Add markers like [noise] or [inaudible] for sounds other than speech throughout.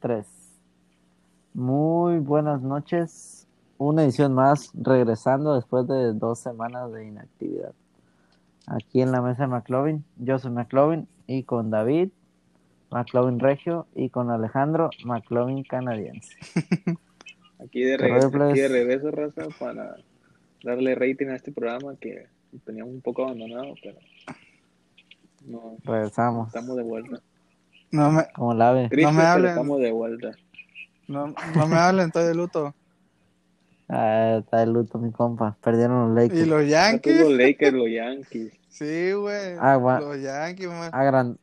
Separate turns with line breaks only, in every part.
3. Muy buenas noches. Una edición más regresando después de dos semanas de inactividad. Aquí en la mesa de McLovin, yo soy McLovin y con David, McLovin Regio y con Alejandro, McLovin Canadiense.
Aquí de, regreso, aquí de regreso, raza, para darle rating a este programa que teníamos un poco abandonado, pero no,
Regresamos.
estamos de vuelta.
No me,
Como la ave.
Triste,
me
pero
hablen.
estamos de vuelta.
no, no me hablen, estoy de luto.
Ah, está de luto mi compa. Perdieron los
¿Y
Lakers.
los
Ya tuvo
Yankees?
Los Lakers, los
[laughs]
Yankees.
Sí, güey.
Ah, gua-
Los Yankees, man.
Agran-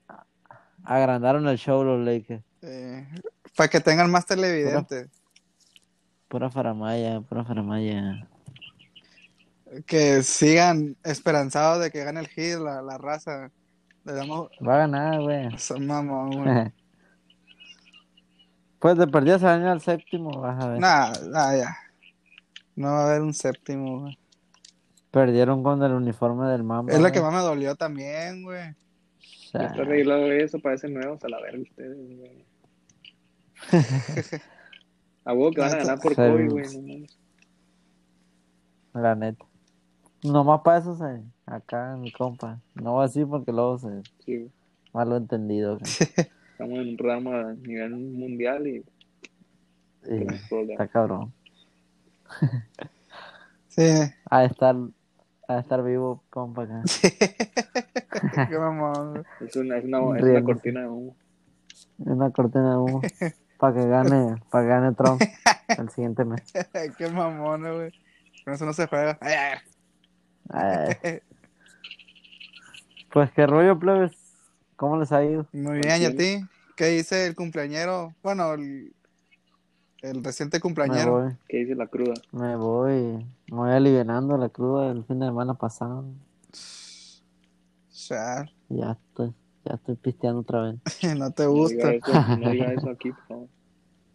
Agrandaron el show los Lakers.
Eh, para que tengan más televidentes.
Pura faramaya, pura faramaya.
Que sigan esperanzados de que gane el hit la, la raza. Le damos...
Va a ganar, güey.
Son mamón, güey.
[laughs] Pues de perdida se daño al séptimo, vas a ver.
Nah, nah, ya. No va a haber un séptimo, güey.
Perdieron con el uniforme del Mamba.
Es lo
güey.
que más me dolió también, güey.
O
Ya
sea,
está arreglado eso, parecen nuevos a la verga ustedes,
[laughs]
güey. A vos que van a ganar por
Sí.
COVID, güey. no mames.
la neta. Nomás para eso se... Acá mi compa. No así porque luego se...
Sí, güey.
Malo entendido. güey.
estamos en un programa a nivel mundial y
Y
tenemos problemas.
está cabrón. [laughs]
Sí,
A estar... A estar vivo, compa. acá.
qué mamón, güey.
Es una, es una, es una
Riendo.
cortina de humo.
Una cortina de
[laughs]
humo. Para que gane... Para que gane Trump el siguiente mes.
[laughs] Qué mamón, güey. Con eso no se juega. Ay, ay,
Ay.
[laughs]
Pues qué rollo, plebes. ¿Cómo les ha ido?
Muy bien, ¿y a ti? ¿Qué dice el cumpleañero? Bueno, el, el reciente
Me
cumpleañero.
voy,
¿Qué dice la cruda?
me voy, me voy alivianando la cruda del fin de semana pasado.
Chal,
Ya estoy, ya estoy pisteando otra vez.
[laughs] no te
No
gusta.
diga eso, no diga
[laughs]
eso aquí, por favor.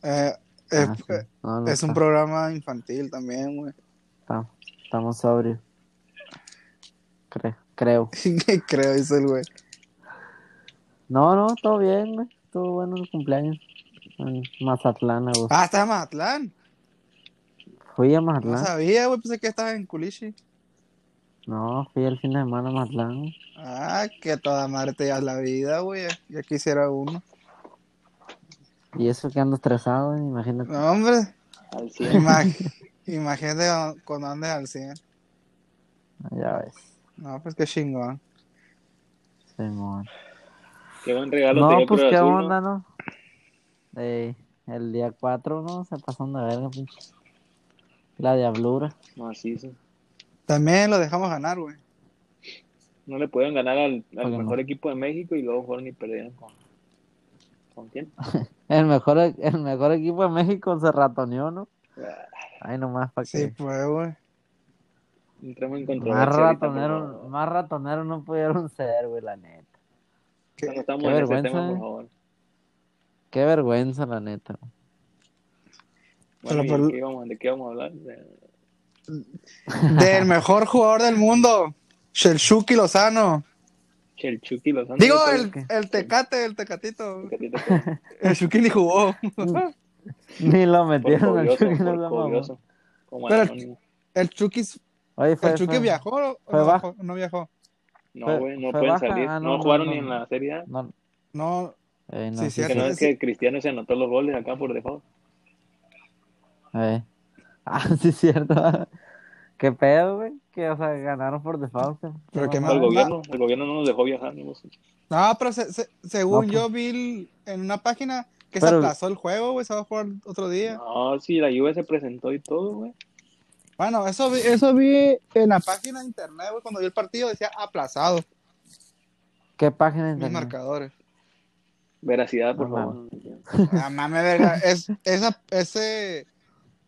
Eh, es,
Ah, sí. No, no,
es un
está-
programa infantil también, güey. [laughs]
está- Estamos sobrios. Creo, creo.
Creo, dice el güey.
No, no, todo bien, güey. Estuvo bueno el cumpleaños. En Mazatlán, güey.
Ah, estás en Mazatlán.
Fui a
No
Mazatlán.
sabía, güey. Pensé que estabas en Culichi.
No, fui el fin de semana a Mazatlán.
Ah, que toda madre te llevas la vida, güey. Ya quisiera uno.
Y eso que ando estresado, güey, imagínate.
No, hombre.
Al cien.
[laughs]
imag- Imagínate cuando andes al 100.
Ya ves.
No, pues qué chingón.
Simón.
Qué buen regalo te
No,
dio
pues
Cruz
qué
Azul, ¿no?
onda, ¿no? Eh, el día 4, ¿no? Se pasaron de verga, pinche. La diablura.
Macizo.
También lo dejamos ganar, güey.
No le pudieron ganar al, al
Oye,
mejor
no.
equipo de México y luego fueron y perdieron con. ¿Con quién?
El mejor, el mejor equipo de México se ratoneó, ¿no? Ay, nomás para
Sí,
que.
pues, güey.
Entramos en controversia.
más,
ahorita, por
ratonero,
favor.
más ratonero no pudieron ser, güey, la neta.
Qué-
No estamos
qué
en ese
vergüenza,
tema,
eh.
por favor.
Qué vergüenza, la neta. güey.
Bueno,
Pero
¿y
por-
de, qué íbamos, ¿De qué íbamos a hablar? De-
Del mejor jugador del mundo, Shelchuki Lozano.
que el Chucky Lozano.
Digo,
¿no?
el, el tecate, el tecatito.
Que a ti te quedó
El Chucky ni jugó.
[laughs] Ni lo [laughs]
Por
metieron al
curioso,
Chucky,
por
no lo mamó.
curioso. Como
Pero-
el anónimo.
El Chucky,
Oye, fue.
el Chucky
fue-
viajó o
fue
no
baja.
viajó, no viajó.
fue-
No, güey, no
fue
pueden
baja.
salir.
Ah, no,
no
no,
jugaron
no,
ni en
no.
la Serie A.
No,
No,
eh, no,
Sí,
sí,
Ah, cierto.
Que
sí.
no es que Cristiano se anotó los goles acá por default.
Eh. [laughs] Ah, sí, es cierto. [laughs] Qué pedo, güey. Que, o sea, ganaron por default. güey.
Pero qué
mamada.
el
Ah, no.
gobierno, el gobierno no nos dejó viajar. ni vos.
no, pero se- se- según
No, pues.
yo vi el- en una página que se
Pero-
aplazó el juego, güey, se va a jugar otro día.
No, sí, la Juve se presentó y todo, güey.
Bueno, eso vi, eso vi en la página de internet, güey, cuando vi el partido decía aplazado,
¿Qué página de
mis
internet?
marcadores.
Veracidad, por
No
favor.
Ah, mames, verga. Es, esa, ese,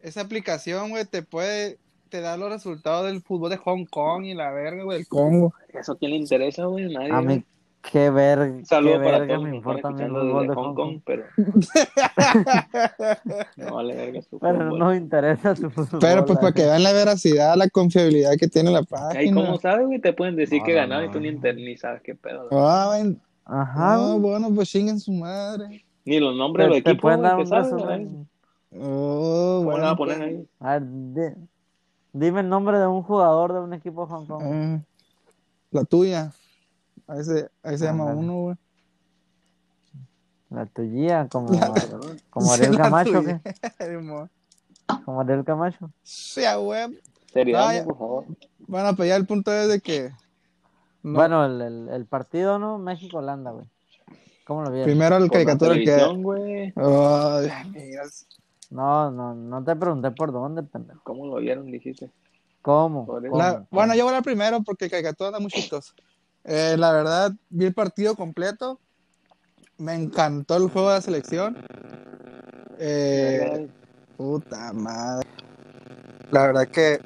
esa aplicación, güey, te puede, te da los resultados del fútbol de Hong Kong y la verga, güey, del Congo.
¿Eso a quién le interesa, güey? Nadie.
A
güey.
mí, qué verga.
Saludos
qué
para
verga
todos
me
que están
importa a mí el
escuchando
fútbol
desde
de
Hong Kong, pero [laughs] no vale verga su
Pero
fútbol.
no me interesa su fútbol.
Pero pues
la
para que
neta.
vean la veracidad, la confiabilidad que tiene la página.
Ahí cómo sabes, güey, te pueden decir
No,
que
no,
ganaron y
no,
tú ni,
no.
inter- ni sabes qué pedo. güey.
Ah, ven-
Ajá.
no,
güey.
bueno, pues chinguen su madre.
Ni los nombres de los
Te
equipos.
pueden dar
güey,
un
que saben, ¿no?
resumen.
Oh,
¿Cómo le van
bueno.
a poner ahí?
A ver, di- dime el nombre de un jugador de un equipo de Hong Kong.
Eh, la tuya. Ahí se, ahí se llama
Ándale.
uno, güey. [laughs]
La tuya, como,
¿no?
como
Sí,
Ariel
la
Camacho,
tuya.
¿qué?
Simón.
Como Ariel Camacho.
Sí, a huevo.
Ah,
Seriedad,
No, ya-
por favor.
Bueno, pues ya el punto es de que. no.
Bueno, el, el, el partido, ¿no? México-Holanda, güey. ¿Cómo lo vieron?
primero el
Por la
caricatura que.
televisión, güey.
Ay, mira,
No, no, no te pregunté por dónde, pendejo.
¿Cómo lo vieron, dijiste?
¿Cómo?
Por eso.
¿Cómo?
La- bueno, yo voy a hablar primero porque el caricatura anda muy chistoso. Eh, la verdad, vi el partido completo. Me encantó el juego de la selección. Eh,
Ay,
puta madre. La verdad que.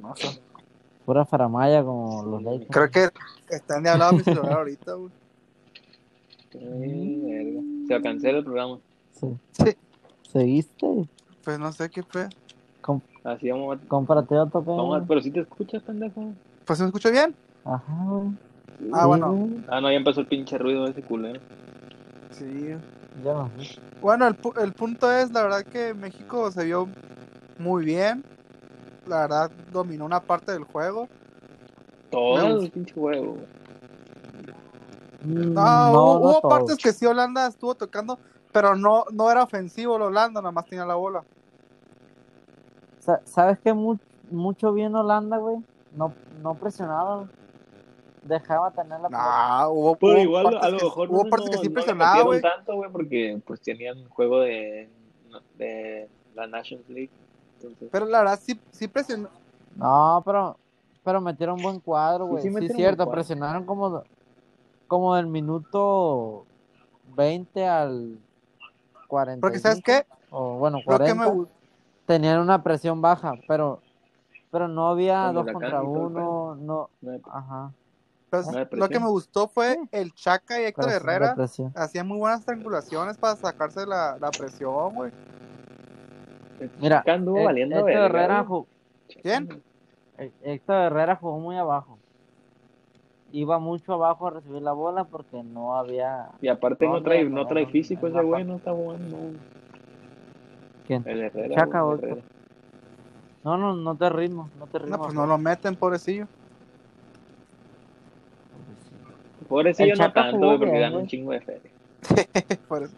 No sé.
Pura faramaya como los Lakers.
Creo que están de hablado mi celular ahorita, güey.
mm.
ay, verga. Se cancela el programa.
Sí.
Sí.
¿Seguiste?
Pues no sé qué fue.
Com-
Así vamos a...
cómprate otro, güey.
Vamos a... Pero si te escuchas, pendejo.
Pues se me escucha bien.
Ajá, güey.
Ah,
Sí,
bueno.
güey.
Ah, no, ya empezó el pinche ruido ese culero.
Sí.
Ya no sé.
Bueno, el, pu- el punto es, la verdad que México se vio muy bien. La verdad, dominó una parte del juego.
Todo
No.
el pinche huevo. güey.
Mm,
No, ah, hubo,
no
hubo
todo.
partes que sí Holanda estuvo tocando, pero no, no era ofensivo el Holanda, nada más tenía la bola.
Sa- ¿Sabes qué? Mu- mucho bien Holanda, güey. No, no presionaba. güey. Dejaba tener la pelota.
Nah, hubo,
Pero
hubo
igual,
partes
a lo
que,
mejor
hubo
no,
partes que sí
no le
presionaba,
metieron
güey.
tanto, güey, porque pues tenían juego de, de la Nations League. Entonces,
Pero la verdad sí, sí presionó.
No, pero, pero metieron buen cuadro,
Sí,
güey.
sí
Sí,
metieron buen
cierto.
cuadro.
Presionaron como, como del minuto 20 al 40.
Porque ¿sabes qué?
O bueno,
Lo que
40.
me gu-
Tenían una presión baja, pero, pero no había
Con
dos
Huracán
contra
y todo el
uno. No,
no hay-
ajá.
pues,
No hay
lo que
presión.
me gustó fue el Chaca y Héctor
presión de
Herrera.
presión.
Hacían muy buenas triangulaciones para sacarse la, la presión, güey.
Mira,
Acá anduvo
Hé-
valiendo
Eh, Héctor
verga,
Herrera
güey.
jugó-
¿Quién?
Hé- Héctor Herrera jugó muy abajo. Iba mucho abajo a recibir la bola porque no había.
Y aparte no,
No,
trae,
mira,
no
no,
trae
no,
físico
no,
ese
no,
güey,
no.
no está bueno.
¿Quién?
El Herrera,
Chaca,
güey, el
güey.
Herrera.
No, no, no te ritmo, no te ritmo.
No, pues no lo meten, pobrecillo. [laughs]
Pobrecillo
El
no
Chaca
tanto,
jugó
güey, porque
bien,
gana
güey.
un chingo de feria.
Por eso.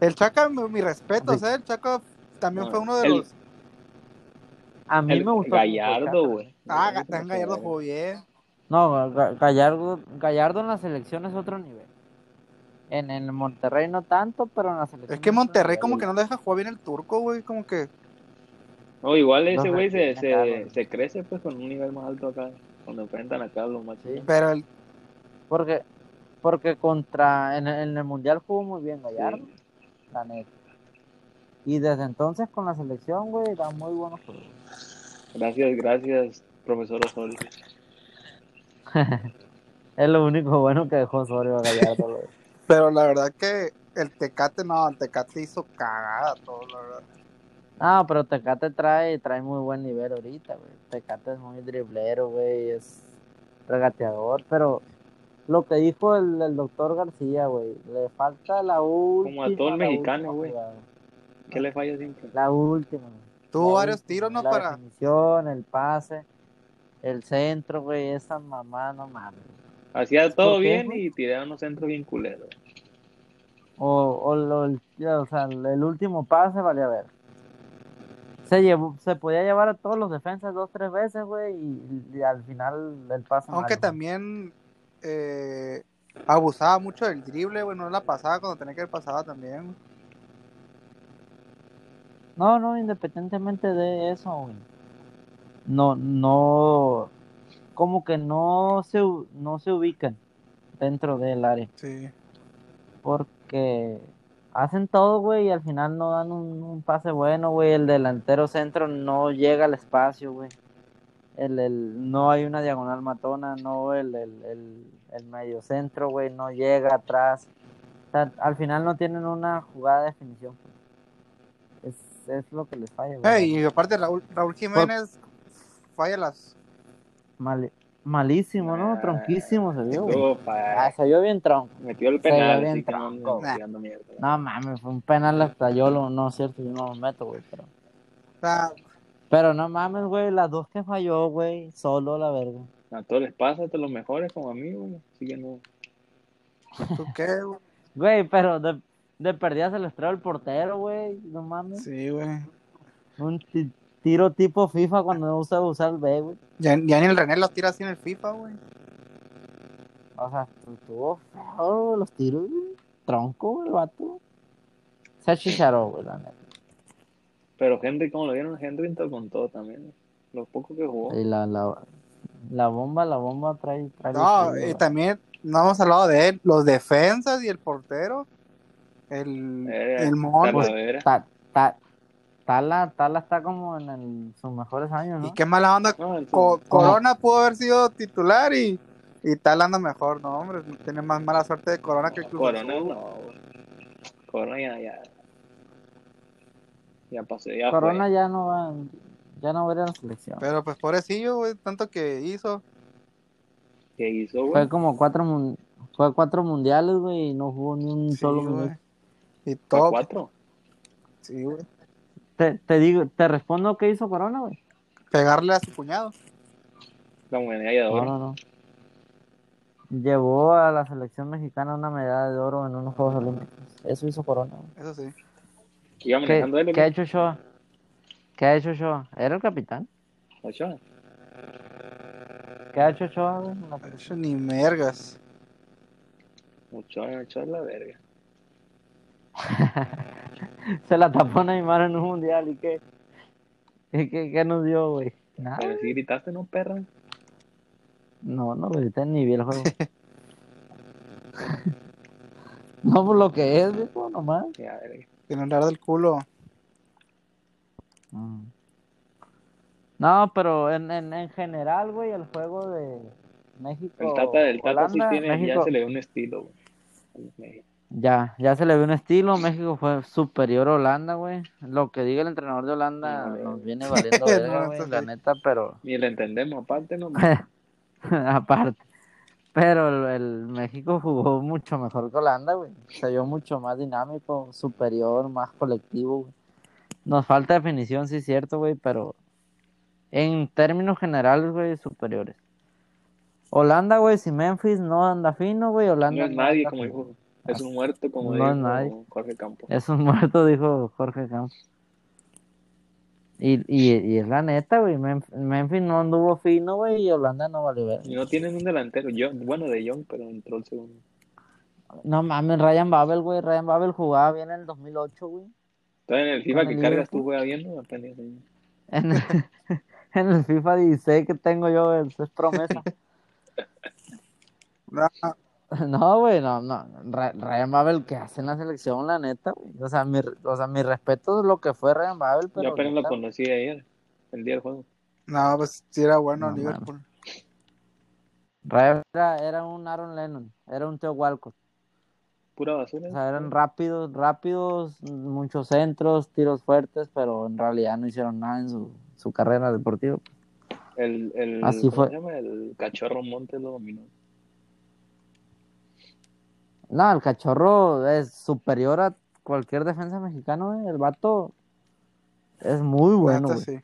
El Chaca, mi, mi respeto,
Sí.
o sea, el Chaca también
No,
fue uno de
el-
los...
A mí
El
me gustó.
Gallardo, güey.
Ah,
Gallardo
Gatán
se
Gallardo
me hace
jugó bien.
No, Ga- Gallardo, Gallardo en la selección es otro nivel. En el Monterrey no tanto, pero en la selección.
Es que Monterrey como
Gallardo.
que no deja jugar bien el turco, güey, como que...
verga. No, igual
No
ese
sé,
güey se,
tiene
se,
carro.
se crece pues con un nivel más alto acá. Cuando enfrentan acá los más
Sí.
Pero el...
Porque, porque contra. En, el- en el Mundial jugó muy bien Gallardo. la neta. Y desde entonces con la selección, güey, da muy buenos juegos.
Gracias, gracias, profesor Osorio.
Es lo único bueno que dejó Osorio a Gallardo, güey.
Pero la verdad que el Tecate, no, el Tecate hizo cagada todo, la verdad.
[laughs] No, pero Tecate trae, trae muy buen nivel ahorita, güey. Tecate es muy driblero, güey, es regateador, pero lo que dijo el, el doctor García, güey, le falta la última.
todo el
la
mexicano,
última
güey.
jugada.
¿Qué le falla siempre?
La última. güey.
Tuvo
La
varios
última,
tiros, ¿no?
Oh, La
Para...
definición, el pase, el centro, güey, esa mamá no mames.
Hacía todo
¿Por qué,
bien
güey?
y tiraba unos centros bien culeros.
O, o, lo- el, o sea, el el último pase, valía ver. Se, llevó, se podía llevar a todos los defensas dos, tres veces, güey, y, y al final el pase.
Aunque
malo.
también eh, abusaba mucho del drible, güey, no la pasaba cuando tenía que haber pasado también. güey.
No, no, independientemente de eso, güey. No, no. Como que no se, u- no se ubican dentro del área.
Sí.
Porque hacen todo, güey, y al final no dan un, un pase bueno, güey. El delantero centro no llega al espacio, güey. El, el, no hay una diagonal matona, no, el, el, el, el medio centro, güey, no llega atrás. O sea, al final no tienen una jugada de definición. pues. Es, es lo que les falla, güey.
Ey, y aparte Raúl, Raúl Jiménez falla las...
Mal- Malísimo, ¿no?
Ah,
Tronquísimo se vio, güey.
Estuvo pa-
Ah, se vio bien tronco.
Metió el
se
penal,
ve bien
así que no
tronco,
andemos
güey.
tirando mierda.
No mames, fue un penal hasta yo lo, no es cierto, yo no lo meto, güey, pero.
O sea,
Pero no mames, güey, las dos que falló, güey, solo la verga.
A todos les pasa, hasta los mejores como a mí, güey. Así que no.
¿tú qué, güey?
Güey, pero de, de perdida se les trae el portero, güey, no mames.
Sí, güey.
Un ti- tiro tipo FIFA cuando no usa usar el B, güey.
Ya, ya ni el René los tira así en el FIFA, güey.
O sea, estuvo feo güey, los tiros, güey. Tronco, güey, el vato. Se achicharó, güey, la neta.
Pero Henry, como lo vieron, Henry entró con todo también. Lo poco que jugó.
Y la, la, la bomba, la bomba trae. trae
No,
los tiros,
y
güey.
también no hemos hablado de él, los defensas y el portero. El,
Eh,
el mon,
pues,
güey.
Talavera.
Ta- ta- Tala, Tala está como en el- sus mejores años, ¿no?
Y qué mala onda.
No, el-
Co- Corona pudo haber sido titular y, y tal anda mejor, no, hombre. Tiene más mala suerte de Corona que el Cruz
Corona
Azul,
no,
güey.
güey. Corona ya, ya. Ya pasó, ya
Corona
fue.
ya no va, ya no va a ir a la selección.
Pero pues pobrecillo, güey, tanto que hizo.
¿Qué hizo, güey?
Fue como cuatro, mun- fue a cuatro mundiales, güey, y no jugó ni un
Sí,
solo
güey.
minuto.
Y
Fue
top.
cuatro.
Sí, güey.
Te, te digo, te respondo qué hizo Corona, güey.
Pegarle a su cuñado.
La medalla de
No,
oro.
no, no. Llevó a la selección mexicana una medalla de oro en unos Juegos Olímpicos. Eso hizo Corona, güey.
Eso sí.
Iba
¿Qué,
manejando él,
qué ha hecho Shoa? ¿Qué ha hecho Shoa? ¿Era el capitán?
¿no? Ochoa.
¿Qué ha hecho Shoa, güey? en la selección?
Eso ni mergas.
Ochoa, Ochoa es la verga.
Se la tapó Neymar en un mundial y qué. ¿Y qué, qué nos dio, güey? Nada.
Pero si gritaste, no, perra.
No, no lo grité ni vi el
[laughs]
juego. no, por lo que es, viejo, nomás.
Ya, verga.
Tiene hablar del culo.
Mm. No, pero en, en, en general, güey, el juego de México.
El Tata, el Tata sí
Oh, Holanda,
tiene, ya
México-
se le ve un estilo, güey.
Ya, ya se le ve un estilo. México fue superior a Holanda, güey. Lo que diga el entrenador de Holanda
No, güey.
nos
[laughs]
viene valiendo
No,
verga,
eso
güey, la
sí.
neta, pero
Ni le entendemos, aparte, no.
[laughs] aparte. Pero el, el México jugó mucho mejor que Holanda, güey. Se vio mucho más dinámico, superior, más colectivo, güey. Nos falta definición, sí, cierto, güey, pero en términos generales, güey, superiores. Holanda, güey, si Memphis no anda fino, güey, Holanda
No es nadie,
anda
como
fino.
dijo. Es un muerto, como
No
dijo
es nadie.
Jorge Campos.
Es un [laughs] muerto, dijo Jorge Campos. Y, y, y es la neta, güey. Memf- Memphis no anduvo fino, güey, y Holanda no valió verga.
Y no tienen un delantero. John, bueno, de John, pero entró el segundo.
No mames, Ryan Babel, güey. Ryan Babel jugaba bien en el 2008, güey.
Entonces, en el FIFA
Con el
que cargas
Liverpool.
tú, juega bien, no Apenas, güey.
En el, [laughs] en el FIFA 16 que tengo yo, güey, eso es promesa.
No,
No, güey, no, no. Ra- Ryan Babel que hace en la selección, la neta, güey. O sea, mi, o sea, mi respeto es lo que fue Ryan Babel, pero.
Yo apenas lo
neta,
conocí ayer, el día del juego.
no, pues sí era bueno
No,
Liverpool.
Ryan era, era un Aaron Lennon, era un Teo Walcott.
Pura basura.
O sea, eran rápidos, rápidos, muchos centros, tiros fuertes, pero en realidad no hicieron nada en su, su carrera deportiva.
El, el,
Así
¿cómo
fue.
se llama? El cachorro Montes lo dominó.
No, el cachorro es superior a cualquier defensa mexicano, güey. El vato es muy bueno,
Neta,
güey.
sí.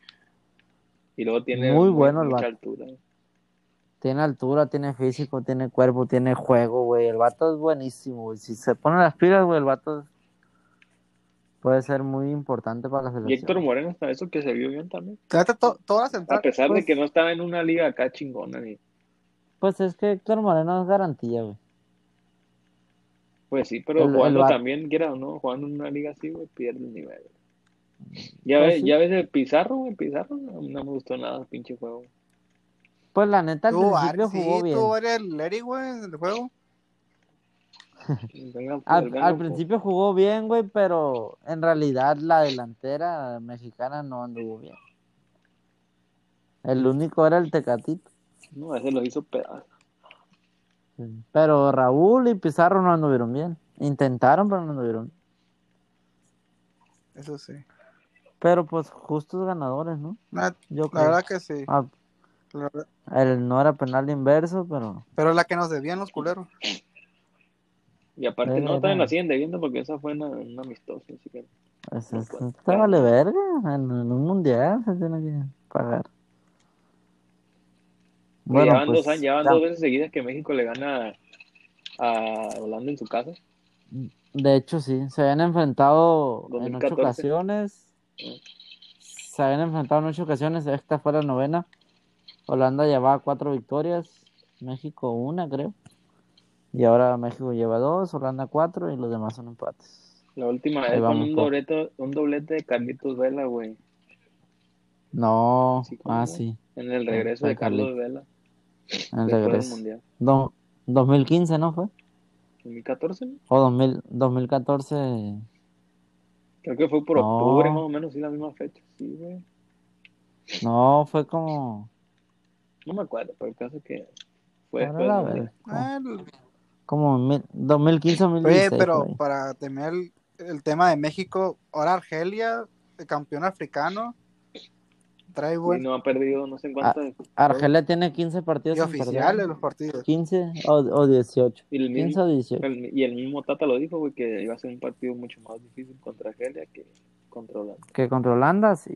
Y luego tiene
Muy bueno el
mucha
vato.
altura.
Tiene altura, tiene físico, tiene cuerpo, tiene juego, güey. El vato es buenísimo, güey. Si se pone las pilas, güey, el vato es- puede ser muy importante para la
Y Héctor
selección.
Moreno, hasta eso que se vio bien también.
Neta, to- todas las
A
Ah,
entradas.
pesar
pues,
de que no estaba en una liga acá chingona. Ni...
Pues es que Héctor Moreno es garantía, güey.
Pues sí, pero
El- el
jugando
vato.
también, quiera o no, jugando en una liga así, güey, pierde el nivel. Ya,
Pues
ves,
sí.
ya ves el Pizarro, güey, Pizarro no, no me gustó nada el pinche juego.
Pues la neta, al
tuvo
principio
varias- sí,
jugó bien.
tuvo varias Larry, güey, en el juego.
Venga,
Al,
venga,
al
pues.
principio jugó bien, güey, pero en realidad la delantera mexicana no anduvo bien. El único era el Tecatito.
No, ese lo hizo pedazo.
Pero Raúl y Pizarro no anduvieron bien. Intentaron, pero no anduvieron. bien.
Eso sí.
Pero pues justos ganadores, ¿no?
Neta,
Yo
la
creo.
verdad que sí.
A,
La verdad.
El, no era penal inverso, pero
Pero la que nos debían los culeros.
Y aparte,
Sí,
no,
era.
también la siguen debiendo porque esa fue una, una amistosa, así que.
pues, es- te vale verga. En, en un mundial se tiene que pagar.
Pues, llevan
pues,
dos, años- llevan
ya.
dos veces seguidas que México le gana a Holanda en su casa.
De hecho, sí, se habían enfrentado en ocho
2014.
ocasiones. Se habían enfrentado en ocho ocasiones, esta fue la novena. Holanda llevaba cuatro victorias, México una, creo. Y ahora México lleva dos, Holanda cuatro y los demás son empates.
La última
Ahí
vez con
vamos, pues.
un
po.
doblete, un doblete de Carlitos Vela, güey.
No,
Sí, ¿cómo
ah,
no?
sí,
En el regreso de
Ay,
Carlos Vela.
en el
después del
regreso.
Mundial.
Do- 2015, ¿no fue?
2014, ¿no?
O 2000, 2014.
Creo que fue por
No.
octubre, más o menos, sí, la misma fecha. Sí, güey.
No, fue como.
No me acuerdo, pero el caso es que fue
Ahora
después
la
del Mundial.
verga,
Ah, el-
Como en mil- 2015, 2016.
Oye,
por ahí.
pero para terminar el, el tema de México, ahora Argelia, el campeón africano, trae
Y
buen
no ha perdido no sé
Ah,
cuántas.
Argelia tiene 15 partidos
y
sin perder.
oficiales los partidos.
15 o, o 18.
Y el
15
mismo,
o 18.
el- y el mismo Tata lo dijo, güey, que iba a ser un partido mucho más difícil contra Argelia que contra Holanda.
Que contra Holanda, sí.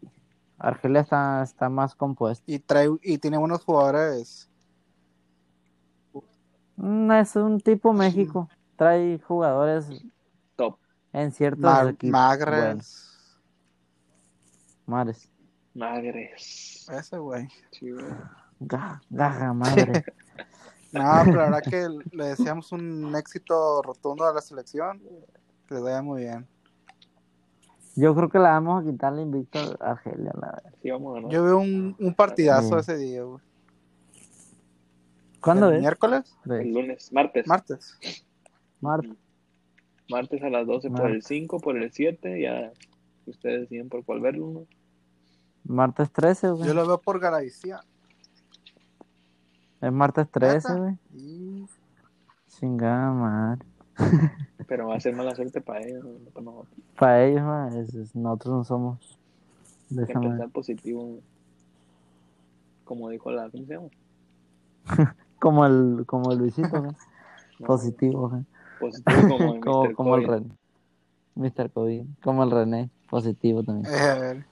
Argelia está, está más compuesta.
Y trae y tiene buenos jugadores.
Mm, Es un tipo México. Trae jugadores
Top.
en ciertos
Ma-
equipos. Bueno,
Magres.
mares.
Madres.
Ese güey.
Sí, güey.
Ga-
[laughs]
Gaja, madre.
No, pero la verdad que le deseamos un éxito rotundo a la selección. Que les vaya muy bien.
Yo creo que la vamos a quitar la invicto a Argelia, la verdad.
Sí, vamos a ganar.
Yo veo un, un partidazo
Mm.
ese día, güey.
¿Cuándo
¿El
es?
miércoles?
El
Tres.
lunes, martes.
Martes.
Martes.
martes a las 12 por
Martes.
el 5, por el 7. Ya ustedes deciden por cuál verlo. ¿no?
Martes 13, güey.
Yo lo veo por Garavisión.
Es martes 13,
¿Neta?
güey.
Y
Chingada madre.
Pero va a ser mala suerte para ellos. No para nosotros.
Para ellos, ma, es- es- nosotros no somos de
Hay que
esa manera.
pensar positivo. ¿no? Como dijo la. ¿Cómo se llama?
Como el, como el Luisito, güey.
No,
Positivo, güey.
Positivo
[laughs]
como el
Como,
Mr.
como el
Cohen,
René. Mr. COVID. Como el René. Positivo también.
eh,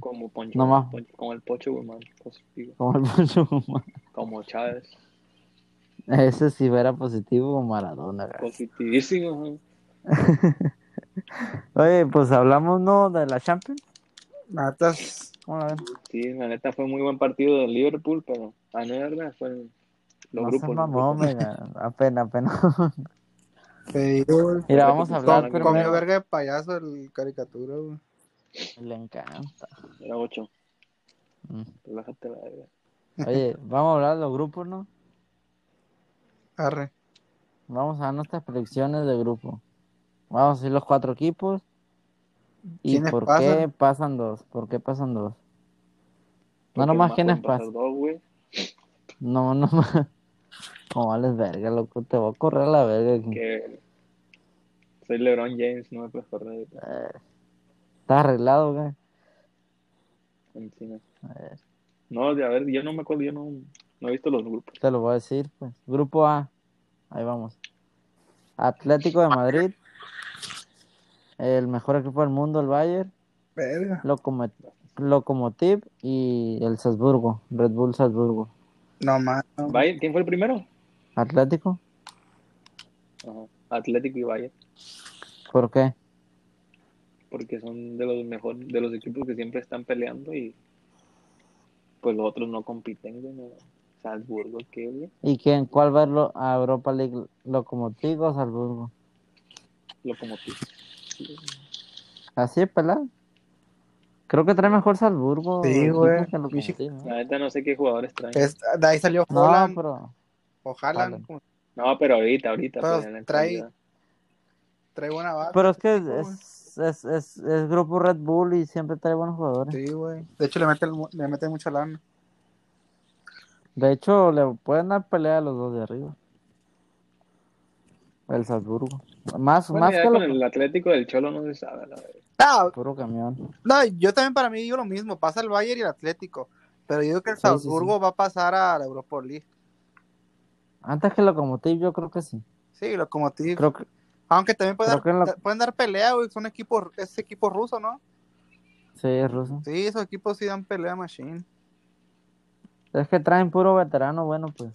Como Poncho.
No más.
Poncho- como el Pocho Guzmán. Positivo.
Como el Poncho Guzmán. [laughs]
Como Chávez.
Ese sí era positivo como Maradona,
Pues-
güey.
Positivísimo. ¿no?
Oye, pues hablamos, ¿no? De la Champions.
neta es-
¿Cómo la ven?
Sí, la neta fue muy buen partido del Liverpool, pero a no es verdad, fue el-
no
los grupos.
seas
los
mamón,
grupos.
güey. Apenas, apenas.
te digo, güey.
Mira, vamos a hablar
Com-
primero.
Comió verga de payaso el caricatura, güey.
Le encanta.
Era ocho,
Mm.
relájate la verga.
Oye, vamos a hablar de los grupos, ¿no?
Arre.
Vamos a dar nuestras predicciones de grupo. Vamos a ir los cuatro equipos. ¿Y
¿Quiénes
por
pasan?
qué pasan dos? ¿Por qué pasan dos? No
Porque
nomás
nomás
quiénes
pueden pasar
pasan.
dos, güey.
No, [laughs] nomás. No vales verga, loco. Te voy a correr a la verga. aquí.
Que soy LeBron James, no Pues, me puedes correr de
Está arreglado, güey.
encima.
A ver,
No, de- a ver, yo no me acuerdo, yo no, no he visto los grupos.
te lo voy a decir, pues. Grupo A. Ahí vamos. Atlético de Madrid. El mejor equipo del mundo, el Bayern.
Verga.
Locomo- Locomotiv y el Salzburgo. Red Bull Salzburgo.
No más.
Bayern, ¿quién fue el primero?
Atlético.
Ajá, Atlético y Bayern,
¿Por qué?
porque son de los mejores, de los equipos que siempre están peleando y pues los otros no compiten, güey. no. Salzburgo, ¿qué, güey?
¿Y quién? ¿Cuál va a lo- a Europa League? ¿Locomotiv o Salzburgo?
Locomotiv.
Así es, pelado. Creo que trae mejor Salzburgo.
Sí,
equipo
güey.
que Lokomotiv,
La
¿no?
neta no sé qué jugadores traen.
Es- de ahí salió
No,
Holland.
pero
o Haaland,
Haaland.
como
No, pero ahorita, ahorita.
Pero
pues, en la
trae-
actualidad.
trae buena base.
Pero es que
Sí, güey.
es, es, es, es grupo Red Bull y siempre trae buenos jugadores.
Sí, güey. De hecho, le meten, mu- le meten mucha lana.
De hecho, le pueden dar pelea a los dos de arriba. El Salzburgo. Más,
Bueno,
más
ya
que
con
lo
el Atlético del Cholo no se sabe, la verdad.
No,
puro camión.
no, yo también para mí digo lo mismo. Pasa el Bayern y el Atlético. Pero yo digo que el
Sí, sí,
Salzburgo va a pasar a la Europa League.
Antes que Locomotiv, yo creo que sí.
Sí, Lokomotiv.
Creo que
Aunque también pueden dar,
creo que en lo-
da- pueden dar pelea, güey. Son equipos, es equipo ruso, ¿no?
sí, es ruso.
Sí, esos equipos sí dan pelea, Machine. [laughs]
Es que traen puro veterano, bueno, pues.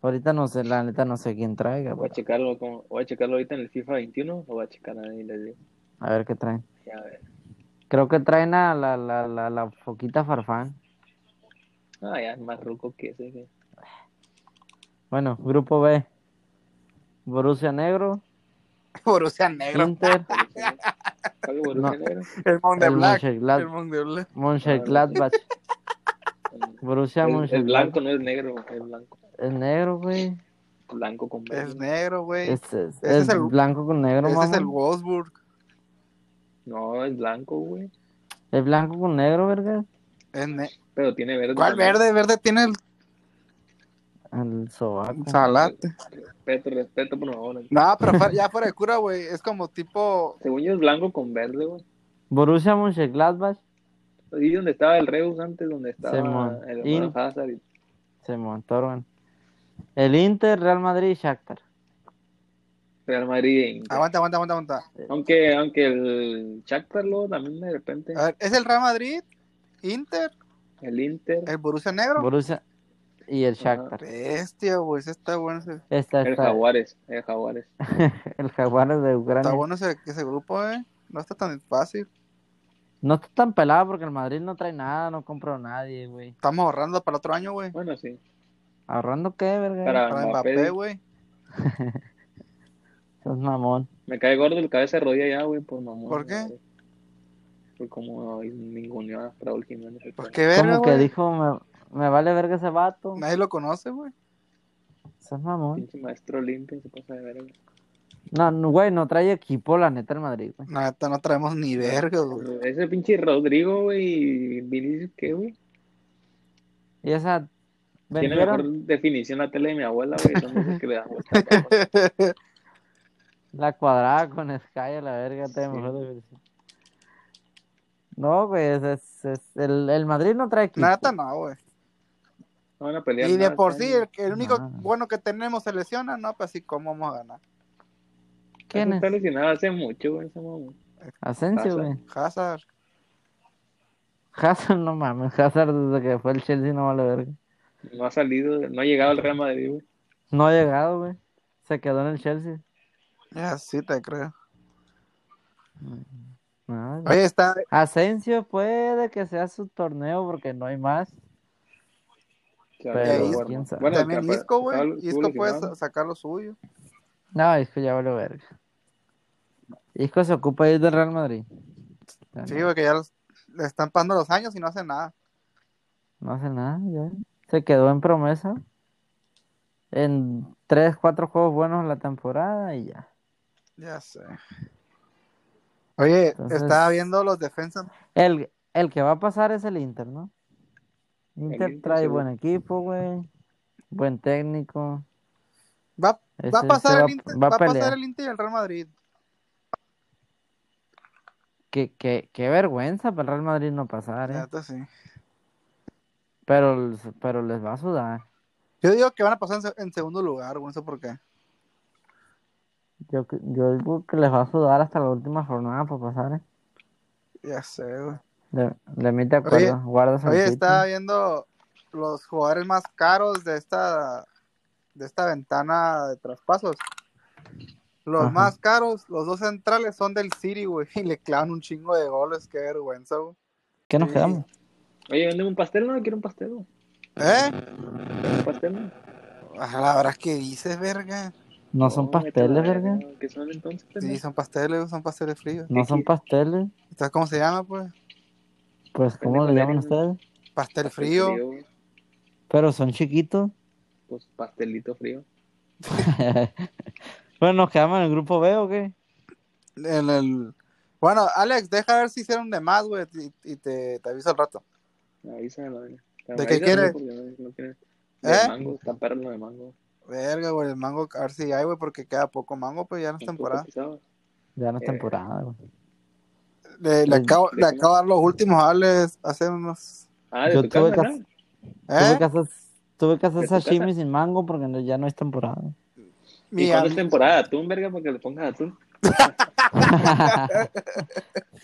Ahorita no sé, la neta no sé quién traiga,
Voy a
pero
checarlo, como, voy a checarlo ahorita en el FIFA 21 o voy a checar ahí les digo.
a ver qué traen.
Ya a ver.
Creo que traen a la, la, la, la foquita Farfán.
Ah, ya es más ruco que ese.
[laughs]
güey.
Bueno, grupo B. Borussia Negro,
Borussia Negro. [laughs]
Inter,
¿Cuál es Borussia Negro?
El Monde
el
Black. El
Mönchengladbach,
Mönchengladbach. [laughs]
Mönchengladbach. Borussia
El- El,
Mönchengladbach.
blanco no es negro, es blanco.
Es negro, güey.
Blanco con
Es
verde.
negro, güey. Ese
Es, es-
Ese es
es
el-
blanco con negro,
es el
mamón.
Wolfsburg.
No, es blanco, güey.
Es blanco con negro, verga.
Es ne-
Pero tiene verde.
¿Cuál
también.
verde? Verde tiene el
El sobaco.
salate.
Respeto, respeto, por favor.
No, pero fu- ya fuera de cura, güey. Es como tipo.
Según yo es blanco con verde, güey.
Borussia Mönchengladbach,
Ahí donde estaba el Reus antes, donde estaba
Simón.
el
Y-
Oro Hazard. y-
se montaron. El Inter, Real Madrid y Shakhtar.
Real Madrid e Inter.
Aguanta, aguanta, aguanta, aguanta.
Aunque, aunque el Shakhtar luego también de repente,
A ver, ¿Es el Real Madrid? ¿Inter?
el Inter,
¿El Borussia Negro?
Borussia y el
Ajá.
Shakhtar.
Bestia, güey. ese Está bueno ese,
Esta,
el
esta-
Jaguares, el Jaguares.
el Jaguares de Ucrania.
está bueno ese, ese grupo, eh. No está tan fácil.
No está tan pelado porque el Madrid no trae nada, no compró a nadie, güey.
Estamos ahorrando para otro año, güey.
Bueno, sí,
¿Ahorrando qué, verga?
Para-
Para
Mbappé.
Mbappé, güey.
Sos mamón.
me cae gordo el cabeza de rodilla ya, güey, pues por mamón.
¿Por qué?
güey. Por como ninguneó a Raúl Jiménez. el
Pues
perro.
qué verga,
Como que
güey.
dijo, me, me vale verga ese vato.
Nadie lo conoce, güey.
Sos mamón.
Pinche maestro limpio, se pasa de verga.
No, no, güey, no trae equipo, la neta, el Madrid, güey.
Neta, no traemos ni verga, güey.
Ese pinche Rodrigo, güey, y Vinicius, ¿qué, güey?
Y esa...
Tiene
Vendieron,
mejor definición la tele de mi abuela, güey. Son esos que le dan vuelta.
[laughs]
La cuadrada con Sky a la verga, te
Sí.
mejor diversión. No, güey, es, es- es- el, el Madrid no trae equipo.
Neta, no, güey.
No van a pelear.
Y de
nada,
por sí,
están-
el, el único
Nada.
bueno que tenemos se lesiona, ¿no? Pues así, ¿cómo vamos a ganar?
¿Quién
Está
es?
lesionado hace mucho, güey, ese mamón.
Asensio,
Hazard.
güey.
Hazard.
Hazard, no mames. Hazard desde que fue el Chelsea no vale verga.
No ha salido, no ha llegado al Real Madrid, güey.
No ha llegado, güey. Se quedó en el Chelsea.
Ya, sí te creo.
No, güey.
Oye, está,
Asensio puede que sea su torneo porque no hay más.
Que
Pero,
ahora lo
quién
guardan.
sabe.
Bueno,
también
capaz-
Isco, güey.
estaba- estuvo
Isco puede
lesionado.
sa- sacar lo suyo.
No, Isco ya vale verga. Isco se ocupa de ir del Real Madrid. Ya
Sí,
no-
güey, que ya los- le están pasando los años y no hace nada.
No hace nada, ya. Se quedó en promesa. En tres, cuatro juegos buenos la temporada y ya.
Ya sé. Oye,
Entonces-
estaba viendo los defensas.
El, el que va a pasar es el Inter, ¿no? Inter,
Inter,
trae
seguro.
buen equipo, güey. Buen técnico.
Va, va
Ese-
a pasar
ese
el
va-
Inter,
va
va
a
a pasar
pelear.
el Inter y el Real Madrid.
Qué, qué, qué vergüenza para el Real Madrid no pasar, ¿eh?
Neta, sí.
Pero, pero les va a sudar.
Yo digo que van a pasar en, se- en segundo lugar, güey, no sé por qué.
Yo, yo digo que les va a sudar hasta la última jornada para pasar, ¿eh?
Ya sé, güey.
Le, le mete acuerdo, guarda su
Oye,
sitio.
estaba viendo los jugadores más caros de esta de esta ventana de traspasos. Los
Ajá.
más caros, los dos centrales son del City, güey, [laughs] y le clavan un chingo de goles, qué vergüenza, güey.
¿Qué nos
sí.
quedamos?
Oye, ¿venden un pastel? No, quiero un pastel, güey.
¿Eh?
¿Quiero un pastel? No,
A la verdad que dices, verga.
No son
vete a la
pasteles, verga.
no, ¿Qué son entonces?
Sí, son pasteles, güey, son pasteles fríos.
No son pasteles.
¿Sabes cómo se llama, pues?
Pues, ¿cómo
Pendejo,
le llaman
verga.
ustedes?
Pastel
Pastel
frío.
frío,
Pero son chiquitos. [laughs]
Pues pastelito frío.
bueno, ¿nos quedamos en el grupo B o qué?
En el... Bueno, Alex, deja ver si hicieron de más, güey, y, y te, te aviso al rato.
Avísalo, ¿De
¿De qué quieres?
¿Eh?
¿Eh?
De mango, está perro lo de mango.
Verga, güey, el mango, a ver si hay, güey, porque queda poco mango, pues ya no es
Está un poco
temporada.
pisado.
Ya no es
Eh,
temporada, güey.
Le, le
Pues,
acabo, le
déjame.
acabo de dar los últimos hables hace unos
Ah, de
Yo
tu
tuve
casa,
cas-
¿no?
Tuve
¿Eh?
Pues que hacer, tuve que hacer
¿De tu casa?
sashimi sin mango porque no- ya no es
[laughs]
temporada.
¿Y
Mi
cuándo es
am-
temporada? ¿Atún, verga? Para que le pongas atún.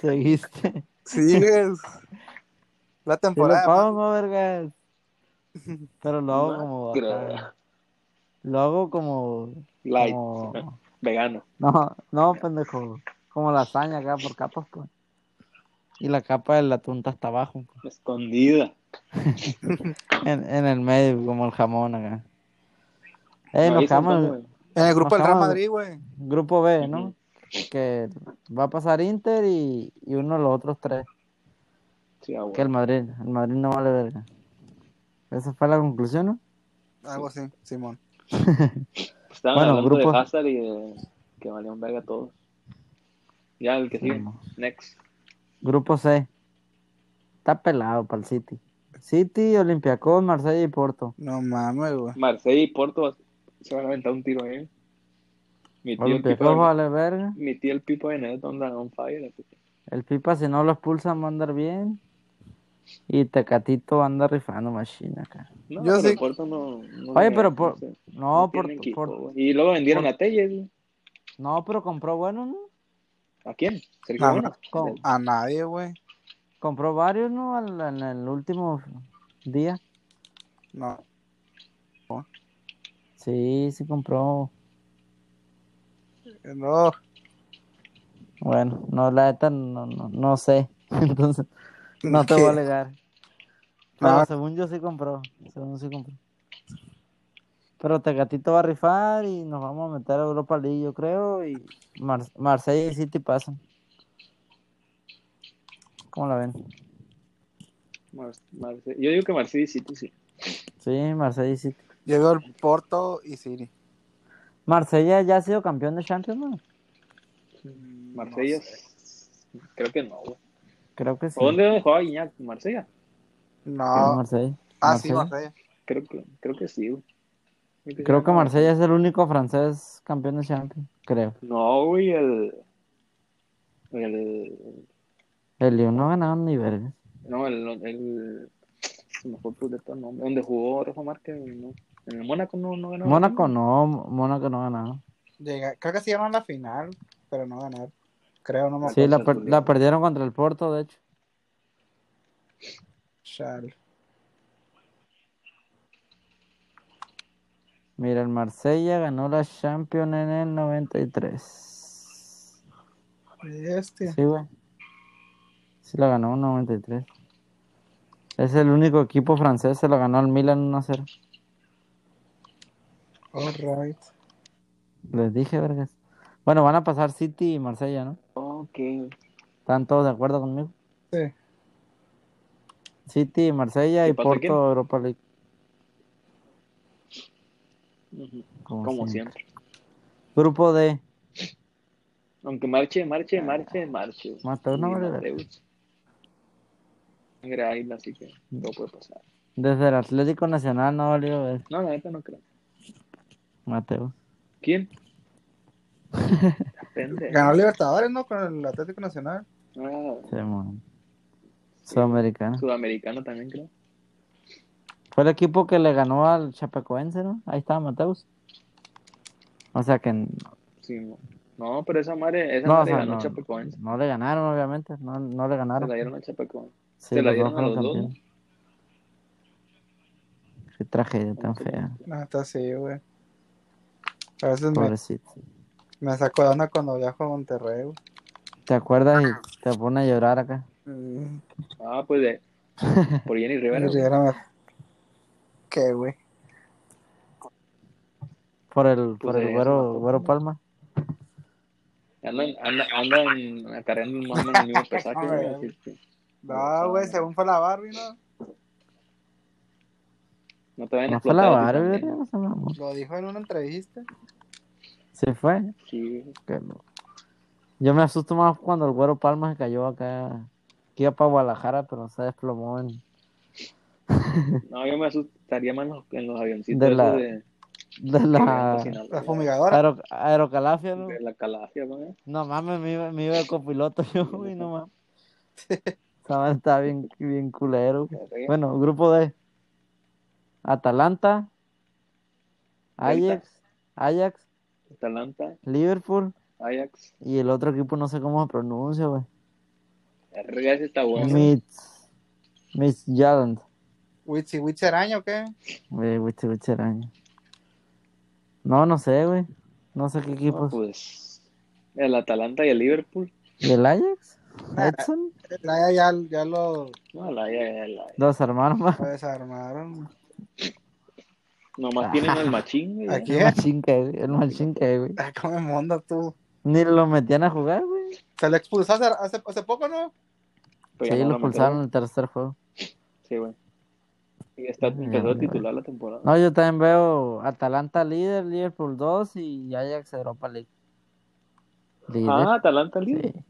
Seguiste.
Sí, güey. La
Sí lo
temporada.
pongo, verga. Pero lo hago como.
pues. No, [laughs] creo.
acá. Lo hago como.
Light, [laughs]
como-
vegano.
No, no, pendejo. Como lasaña acá por capas, pues. Y la capa del atún está hasta abajo, pues.
Escondida.
en, en el medio, como el jamón acá. Eh,
Me
nos
avisan
quedamos en el
cuándo, güey.
En el grupo del Real
Ajá.
Madrid, güey.
grupo B, ¿no?
Ujú.
Que va a pasar Inter y, y uno de los otros tres.
Sí, ah, güey.
Que el Madrid, el Madrid no vale verga. Esa fue la conclusión, ¿no?
Algo así, Simón.
Estaban
Bueno,
hablando
grupo-
de Hazard y de que valían verga todos. Ya, el que sigue.
No.
Next.
Grupo C. Está pelado para el City. City, Olympiacos, Marsella y Porto.
No mames, güey.
Marsella y Porto va- se van a aventar un tiro ahí. Mi tío, el
Olympiacos
Pipo,
vale verga.
mi tío el Pipo de Neto anda on fire. así que-
El Pipa, si no lo expulsan, va a andar bien. Y Tecatito anda rifando machina acá.
No,
Yo
pero
sí-
Porto no, no
Oye,
le-
pero
no
por-
sé,
No,
no tiene
Porto-
equipo,
Porto-
güey. Y luego vendieron
por-
a Telles. güey.
no, pero compró bueno, ¿no?
¿A quién? Sergio
Ah,
Bueno.
con-
Del-
A nadie, güey.
Compró varios, ¿no? Al- En el último día.
No.
Sí, sí compró.
No.
Bueno, no, la neta no, no, no sé. [laughs] Entonces, no te
[laughs] ¿Qué? Ah.
voy a alegar. Pero
No.
según yo sí compró. Según sí compró. Pero Tecatito va a rifar y nos vamos a meter a Europa League, yo creo. Y Mar Marsella y City pasan. ¿Cómo la ven?
Mar- Marse- Yo digo que Marsella y City sí.
Sí, Marsella y City.
Llegó el Porto y Siri.
Marsella ya ha sido campeón de Champions, ¿no?
Marsella. Creo que no, güey.
Creo que sí.
¿O ¿Dónde jugaba Guiñac? ¿Marsella?
Sí,
No.
Marsella.
Ah, sí,
Marsella.
Marsella.
Creo que, creo que sí, güey. sí
Creo que
ganaba.
Marsella es el único francés campeón de Champions, creo.
No, güey, el. El.
El Lyon no ha ganado ni verga.
No, el. el se me fue por el nombre. Donde jugó Rafa Márquez, no. En el Mónaco no, no ganó.
Mónaco no, Mónaco no ha ganado.
Llega- Creo que sí llegaron a la final, pero no ganaron. Creo, no me
Sí,
acuerdo.
la, per- la perdieron contra el Porto, de hecho.
Chale.
Mira, el Marsella ganó la Champions en el 93.
Este.
Sí, güey. Sí, la ganó en 93. Es el único equipo francés, se lo ganó al Milan 1-0.
All right.
Les dije, vergas. Bueno, van a pasar City y Marsella, ¿no?
Ok.
¿Están todos de acuerdo conmigo?
Sí.
City, Marsella
¿Y
y
pasa
Porto,
quién?
Europa League.
Ujú,
Como
Como
siempre.
siempre.
Grupo D.
Aunque marche, marche, marche, marche. güey.
Mató
Y
una
no
verga.
sé, güey. Sangre águila, así que no puede pasar.
Desde el Atlético Nacional no valió ver,
No, la neta no creo.
Mateo.
¿Quién? Depende.
[laughs]
Ganó Libertadores, ¿no? Con el Atlético Nacional.
Ah,
Se mon- Sudamericano.
sudamericano también creo.
Fue el equipo que le ganó al Chapecoense, ¿no? Ahí estaba Mateus. O sea que n-
Sí, no. No, pero esa madre, esa
no, o
madre
sea,
ganó
no,
Chapecoense.
no le ganaron, obviamente. No, no le
Se la
ganaron.
dieron a Chapecoense.
Sí,
se
los
la
dos
dieron a
fueron
los dos, ¿no?
campeones. Qué tragedia tan fea.
No, Ah, está así, güey. A veces me,
Pobrecito.
me saco de onda cuando viajo a Monterrey, güey.
¿Te acuerdas y te pone a llorar acá?
Mm,
Ah, pues
[laughs]
de. Por Jenny Rivera.
y
güey.
Rivera me- ¿Qué, güey?
Por el, por
Pues
el
eso,
güero,
mató.
güero Palma.
Andan, andan, andan acarreando un mame en el mismo pesaje, güey,
Ay,
así que
No, güey, según fue la Barbie, ¿no?
No te vayan a
No fue la
explotar. a ti
Barbie,
también.
¿no? Se mamó.
Lo dijo en una entrevista.
Se fue.
Sí, güey.
que no. Yo me asusto más cuando el güero Palma se cayó acá. Que iba para Guadalajara, pero se desplomó en-
No, yo me asustaría más en los, en los avioncitos
De
esos
la-
de.
de
que [laughs] van a
la
Sinaloa,
La fumigadora.
aero- aerocalafia. ¿no?
De la calafia, güey. [laughs]
No mames, me iba, me iba de copiloto yo, güey, no mames. Estaba, estaba bien, bien culero.
Arriba.
Bueno, grupo D. Atalanta, Ajax, Ajax,
Atalanta,
Liverpool
Ajax.
y el otro equipo no sé cómo se pronuncia, güey.
Arriba ese está bueno.
Mitz, Mitz Jaland.
Witsi Witsi Araña o qué?
Güey, güey, este güey será- No, no sé, güey. No sé qué
No,
equipos.
pues el Atalanta y el Liverpool.
¿Y el Ajax?
Ah,
¿Edson?
Ya, ya, ya lo,
No, la, ya, ya, la-
Dos hermanos más.
lo desarmaron.
Ah.
Nomás tienen al machín, güey.
Aquí.
El machín que, el machín que, güey.
Ah, ¿Cómo me monda tú?
Ni lo metían a jugar, güey.
Se lo expulsó hace, hace, hace poco, ¿no?
Pero ya
Sí,
no
lo
metieron.
expulsaron en el tercer juego.
Sí, güey. Y ya está
Ya,
empezó a
ya,
titular la temporada.
No, yo también veo Atalanta líder, Liverpool 2 y Ajax Europa League. Líder.
Ah, Atalanta líder.
sí.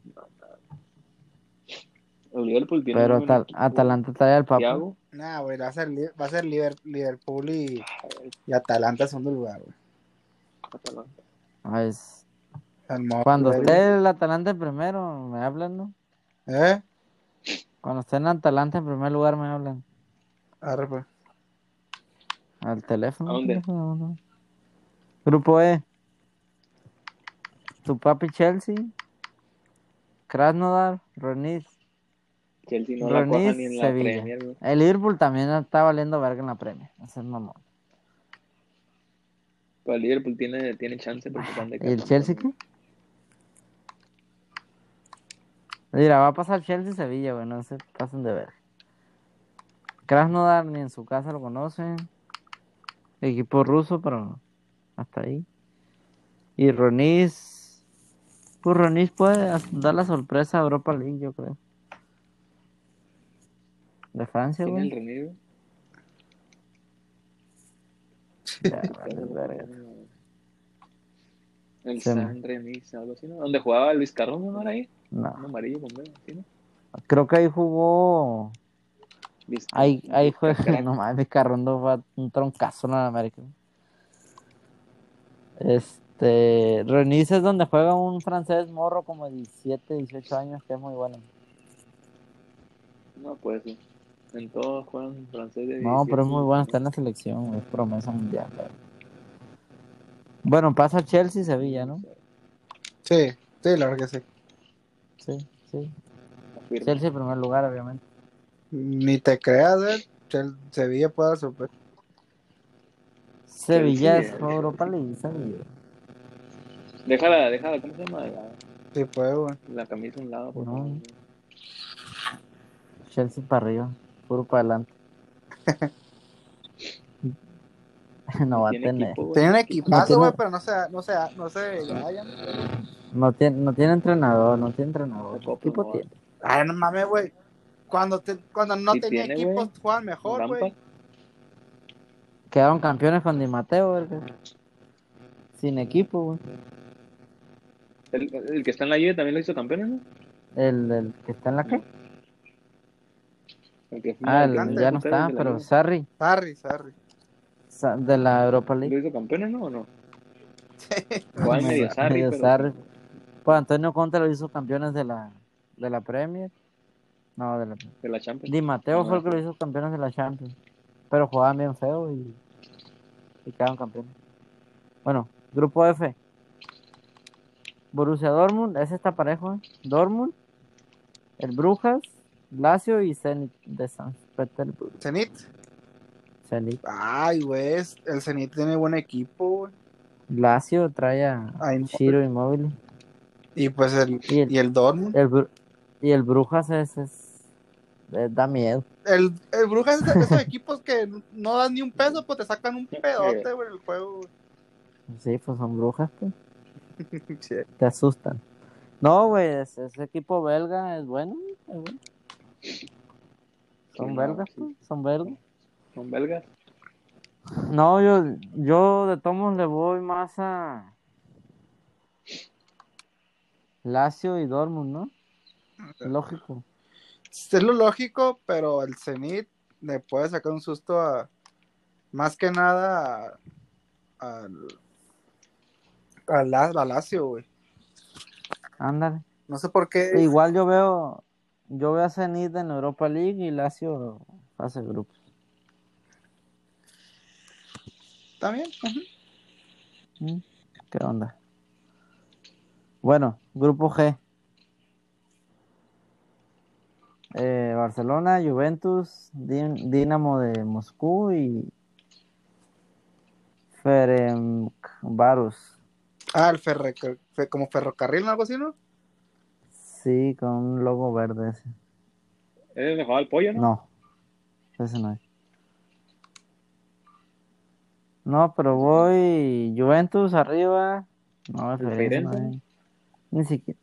El Liverpool tiene
Pero
muy buen
Atal-
equipo.
Atalanta trae al papá.
Thiago,
Nah, güey, va a ser, Li- va a ser Liver- Liverpool y, y Atalanta en segundo lugar, güey.
Atalanta.
Ah, es-
Al modo
Cuando
Pues,
Liverpool.
esté el Atalanta en primero, me hablan, ¿no?
¿Eh?
Cuando esté en Atalanta en primer lugar, me hablan.
Arre, pues.
Al teléfono.
¿A dónde?
No, no. Grupo E. Tu papi Chelsea. Krasnodar, Rennes.
Chelsea no la
Rennes,
coja ni en la
Sevilla.
Premier, güey.
El Liverpool también está valiendo verga en la premia. Ese es mamón.
Pero el Liverpool tiene, tiene chance porque están de
¿Y Ah, el
campeón
Chelsea qué?
también.
Mira, va a pasar Chelsea y Sevilla, güey. No se pasen de ver. Krasnodar ni en su casa lo conocen. Equipo ruso, pero hasta ahí. Y Ronis. Pues Ronis puede as- dar la sorpresa a Europa League, yo creo. De Francia,
Tiene el
güey.
Rennes, güey.
Ya, vale, verga.
El
Se me-
San Remis, algo así, ¿no? Donde jugaba Luis Carrón, ¿no era ahí? Un
No.
amarillo con verde, ¿sí, no?
Creo que ahí jugó.
Viste,
Ahí, ahí
viste,
juega,
crack.
no mames, Carrondo va un troncazo en el América. Este, Rennes es donde juega un francés morro como de 17, 18 años, que es muy bueno.
No, pues sí. En todos juegan francés de
No,
17,
pero es muy bueno, está en la selección, güey, es promesa mundial. güey. Bueno, pasa Chelsea y Sevilla, ¿no?
Sí, sí, la verdad que sí.
Sí, sí.
Afirmo.
Chelsea en primer lugar, obviamente.
Ni te creas, eh. Chel- Sevilla puede dar sorpresa.
Sevilla es
Chelsea, eh.
Europa League, Sevilla.
Déjala, déjala, ¿cómo se llama? La,
Sí, puede, güey.
la camisa a un lado, por
No.
favor.
Chelsea para arriba, puro para
[laughs]
adelante. [laughs] no va a
Tiene
tener.
equipo, güey.
Tiene un
No tiene-
equipazo, güey, pero no se, no se, no se vayan.
No tiene, no tiene entrenador, no tiene entrenador.
Tampoco,
¿Qué tipo
no.
tiene?
Ay, no mames, güey. Cuando, te- cuando no
Sí
tenía
tiene,
equipos,
güey.
jugaban mejor, güey.
Lampard,
Quedaron campeones con Di Mateo, verga. Sin equipo, güey.
El, el que está en la Juve también lo hizo campeón, ¿no?
El, el que está en la que.
El que fue
Ah,
pues, el que
el-
fue
ya no
puntero
está,
de la
pero
Juve.
Sarri,
Sarri, Sarri.
Sa- de la Europa
¿Lo
League.
hizo campeón, no? ¿O no? Juan medio
[laughs]
Sarri,
Medio
pero-
Sarri. Pues Antonio Conte lo hizo campeones de la, de la Premier. No, de la
De la Champions.
Di Mateo
No,
fue el que lo hizo campeones de la Champions. Pero jugaban bien feo y, y quedaron campeones. Bueno, grupo F. Borussia Dortmund, ese está parejo, ¿eh? Dortmund, el Brujas, Lazio y Zenit de San Petersburgo.
Zenit.
Zenit.
Ay, güey. es- El Zenit tiene buen equipo, güey.
Lazio trae a
A Immobile.
Chiro Immobile.
Y pues el,
Y el,
y el Dortmund.
el Bru- y el Brujas es, es- eh, da miedo.
El, el Brujas es de
[laughs]
esos equipos que no dan ni un peso, pues te sacan un pedote, güey, en el juego.
Sí, pues son brujas, pues,
güey. [laughs] Sí.
te asustan. No, güey, es- ese equipo belga es bueno. es bueno. Son
Sí, no,
belgas,
sí.
pues, son belgas.
Son belgas.
No, yo, yo de Tomos le voy más a Lazio y Dortmund, ¿no? Lógico.
Es lo lógico, pero el Zenit le puede sacar un susto a. Más que nada a- al. Al, al Lazio, güey.
Ándale.
No sé por qué.
Igual yo veo, Yo veo a Zenit en Europa League y Lazio hace grupos.
¿Está bien? Ajá.
¿Mm? ¿Qué onda? Bueno, grupo G. Eh, Barcelona, Juventus, Din- Dinamo de Moscú y Ferencváros.
Ah, el ferre- fe- como ferrocarril o algo así, ¿no?
Sí, con un logo verde. ese.
Eres el mejor al pollo, ¿no?
No, ese no es. No, pero voy Juventus arriba. No, el
¿El
Feirense no
Feirense?
es. Ni siquiera.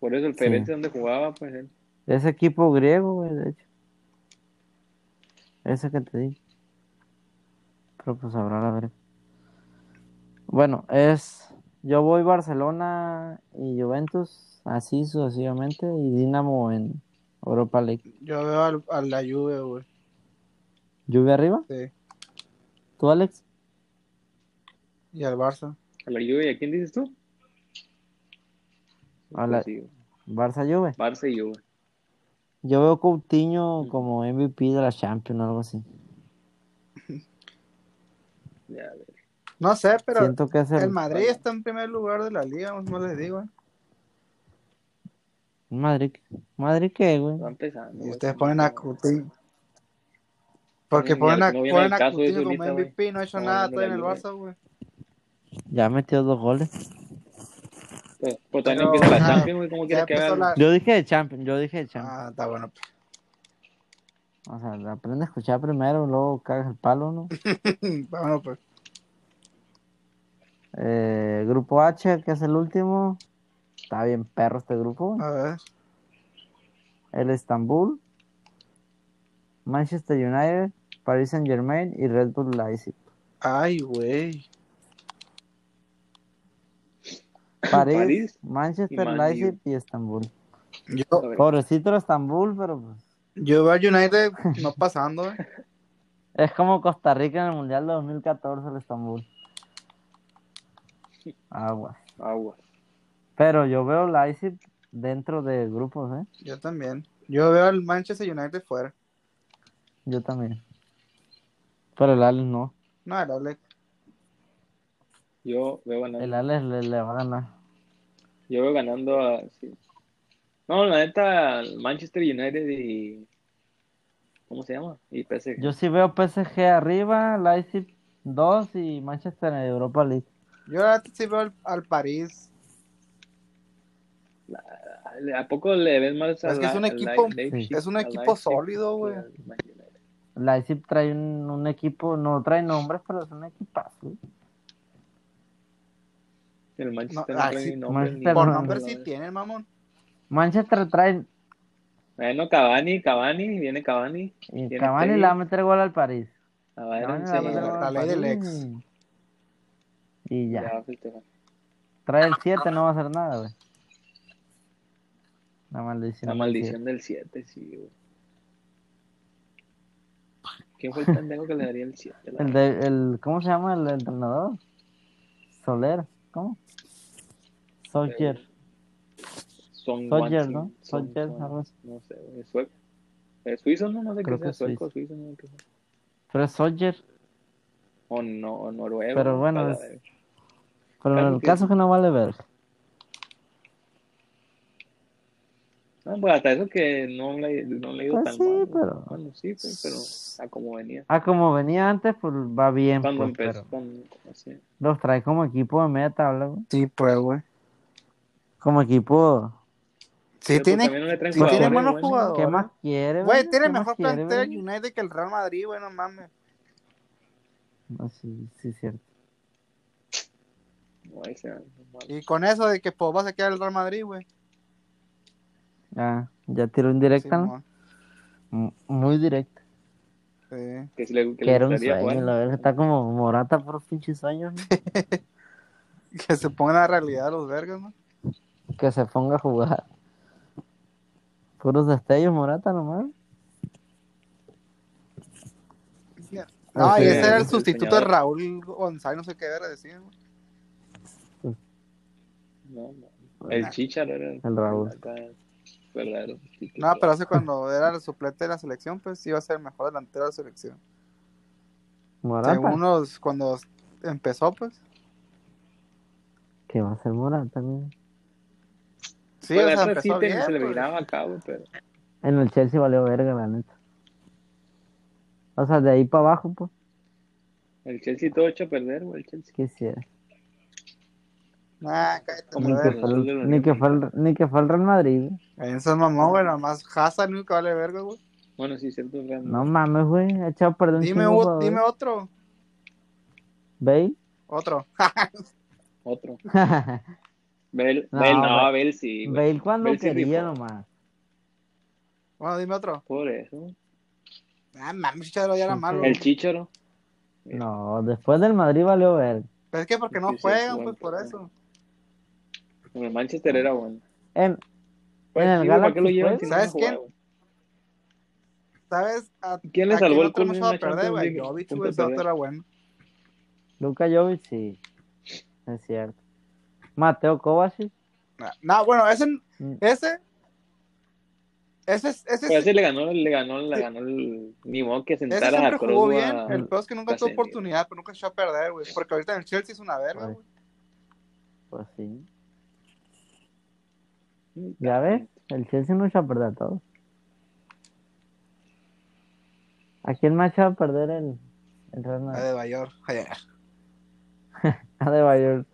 Por eso el
Sí.
Ferenc donde jugaba, pues él.
Ese equipo griego, güey, de hecho. Ese que te dije. Pero pues habrá la ver. Bueno, es. Yo voy Barcelona y Juventus, así sucesivamente, y Dinamo en Europa League.
Yo veo al, a la Juve, güey.
¿Lluvia arriba?
Sí.
¿Tú, Alex?
Y al Barça.
A la Juve, ¿y a quién dices tú?
A la-
Sí, güey.
Barça Juve.
Barça y Juve.
Yo veo Coutinho como MVP de la Champions o algo así.
Ya, a ver.
No sé, pero
Siento que es el,
el Madrid está en primer lugar de la liga, no- no les digo, eh.
Madrid. ¿Madrid qué, güey?
Va empezando.
Y
güey.
ustedes ponen a Coutinho. Porque
Ni al-
ponen a,
no viene al
ponen a
caso de
Coutinho como
Zulita, güey.
MVP, no ha hecho
No,
nada
no
todavía en el
la Juve.
Barça, güey.
Ya metió dos goles.
Pues, pues también
Pero,
empieza la
ajá,
Champions, güey. ¿Cómo
ya
quieres que
empezó
haga?
la-
Yo dije de Champions, yo dije de Champions.
Ah, está bueno.
O sea, aprende a escuchar primero, luego cagas el palo, ¿no?
Vámonos, pues. [laughs]
Eh, grupo H, que es el último. Está bien perro este grupo.
A ver.
El Estambul, Manchester United, Paris Saint Germain y Red Bull
[clears throat]
Leipzig.
Ay, güey.
París,
París y
Manchester,
Man U.
Leipzig y Estambul.
Yo,
A ver,
Pobrecito el Estambul, pero pues,
yo veo a United no pasando, eh.
es como Costa Rica en el Mundial de 2014 el Estambul. Agua.
Agua.
Pero yo veo Leipzig dentro de grupos, ¿eh?
Yo también. Yo veo al Manchester United fuera.
Yo también. Pero el Alex no.
No, el Alex.
Yo veo ganando.
El Alex le, le va a ganar.
Yo veo ganando a. sí. No, la neta, Manchester United y. ¿Cómo se llama? Y PSG.
Yo sí veo PSG arriba, Leipzig 2 y Manchester en Europa League.
Yo ahora sí veo al, al París.
¿A poco le ven más a
Es que es
la-
un
a
equipo-
la- Leipzig?
es un
A
equipo
Leipzig
sólido,
y
güey.
al Man United.
Leipzig trae un, un equipo, no trae nombres, pero es un equipazo.
El Manchester
No, ah,
trae
sí,
ni nombre,
Manchester
ni-
Por
no.
nombre sí tienen, mamón.
Manchester trae
Bueno, Cavani, Cavani, viene Cavani.
y
Tiene
Cavani
Pedri.
le va a meter gol al París.
A ver,
Cavani le
sí,
va a meter gol
la
al
ley del
París. Y
ya, pues,
ya.
va a festejar.
Trae el 7, no va a hacer nada, güey. La maldición.
La
del
maldición del 7, sí, güey. ¿Quién fue el pendejo que le daría el 7?
siete. El de, el, ¿Cómo se llama el entrenador? Soler. ¿Cómo? Solskjaer.
Son
Solskjaer,
Wansin,
¿no?
Son-
Solskjaer,
Son-
algo así.
No sé, güey, es sueco. ¿Es suizo? No, no sé
Creo
qué
que
sea,
es
sueco, suizo, no sé qué sea.
Pero es Solskjaer.
O, no, o noruego.
Pero
¿no?
bueno,
Para-
es- Pero
Claro
el
que
caso
sí.
es que no vale ver.
No, pues hasta eso que no le, no le ha ido
Pues
tan
sí,
mal. güey.
pero-
Bueno, sí, pues, pero a como venía.
Ah, como venía antes, pues va bien.
Cuando
pues,
empezó,
pero
cuando- así.
los trae como equipo de media tabla, güey.
Sí, pues, güey.
Como equipo.
Sí,
Pero, pues,
tienen.
también no le traen
sí tiene
jugadores
buenos
buenos.
jugadores.
¿Qué más quiere,
Güey, tiene
¿Qué más
mejor
quiere,
plantel
güey?
United que el Real Madrid, güey, no mames.
No, Ah, sí, sí, es cierto.
No, ahí se van, no mames.
Y con eso de que Pogba se queda el Real Madrid, güey.
Ah, ya tiró un directo, ¿no?
Simón.
M- Muy directo.
Sí.
Que si le, que
Que
le
era un
gustaría
sueño,
jugar.
la verdad. Está como morata por pinches sueños, ¿no?
Que se ponga la realidad los vergas, ¿no?
que se ponga a jugar. Puros destellos, morata nomás.
No,
Ah, sí.
y ese era el
Sí,
sustituto de
señor.
Raúl González, no sé qué era decir, güey.
No, no. El Chicharo era
El Raúl.
acá, verdaderos sustitutos.
No,
[laughs]
pero hace cuando era el suplente de la selección, pues iba a ser el mejor delantero de la selección.
Morata.
Según los, cuando empezó, pues.
Que va a ser Morata, güey.
Sí,
Bueno,
o sea,
eso sí
empezó
te-
bien,
se le
pues.
miraba a cabo, pero
En el Chelsea valió verga, la neta. O sea, de ahí para abajo, pues.
el Chelsea todo hecho a perder, güey, el Chelsea.
Quisiera.
Nah, cállate,
Como
Ni
el
que,
güey.
fue el, ni, que fue el- ni que fue el Real Madrid. güey.
Eso es mamón, güey. Nomás Hazard nunca vale verga, güey.
Bueno, sí, cierto, Fran.
No mames, güey. Ha echado a perder un
Dime,
chingo,
u-
güey.
dime otro.
Bale.
Otro.
Otro. Bell,
No,
Bell, no,
güey.
Bell sí,
[laughs]
güey.
Bale cuando
Bale sí
quería
rifó.
nomás.
bueno, dime otro.
Por eso.
Ah, mames, Chicharo ya era
Sí,
malo.
sí.
El Chicharo.
No, después del Madrid valió verga.
Pero es que porque no
Sí, sí,
juegan,
sí,
pues por
bueno.
eso.
Con el Manchester era bueno.
En,
Pues
en el
sí, güey, ¿Para
Galaxy pues.
qué lo llevan
fue?
si no
¿Sabes
han jugado?
¿Sabes? A,
¿Quién le
a
salvó el
otro
culo
no
en
se va a
una
perder,
Champions
güey.
League?
Jovic,
Un
güey, ese vato
petardo.
era bueno.
Luka Jovic, sí. Es cierto. Mateo Kovacic.
Nah, nah, bueno, ese.
Mm.
Ese. Ese. es- Ese.
Pues
es-
ese le ganó, le ganó, le ganó el... Ni modo que
Ese
sentara
siempre
a
jugó
Kroos
bien,
a-
el peor es que nunca tuvo
Casemiro.
oportunidad, pero nunca se echó a perder, güey. Porque ahorita en el Chelsea es una verga,
Ay.
güey.
Pues sí. Ya ves, el Chelsea no echa a perder a todos. ¿A quién más echa a perder el, el Real
La
Madrid?
de Bayor. Ay,
[laughs] A de Bayern.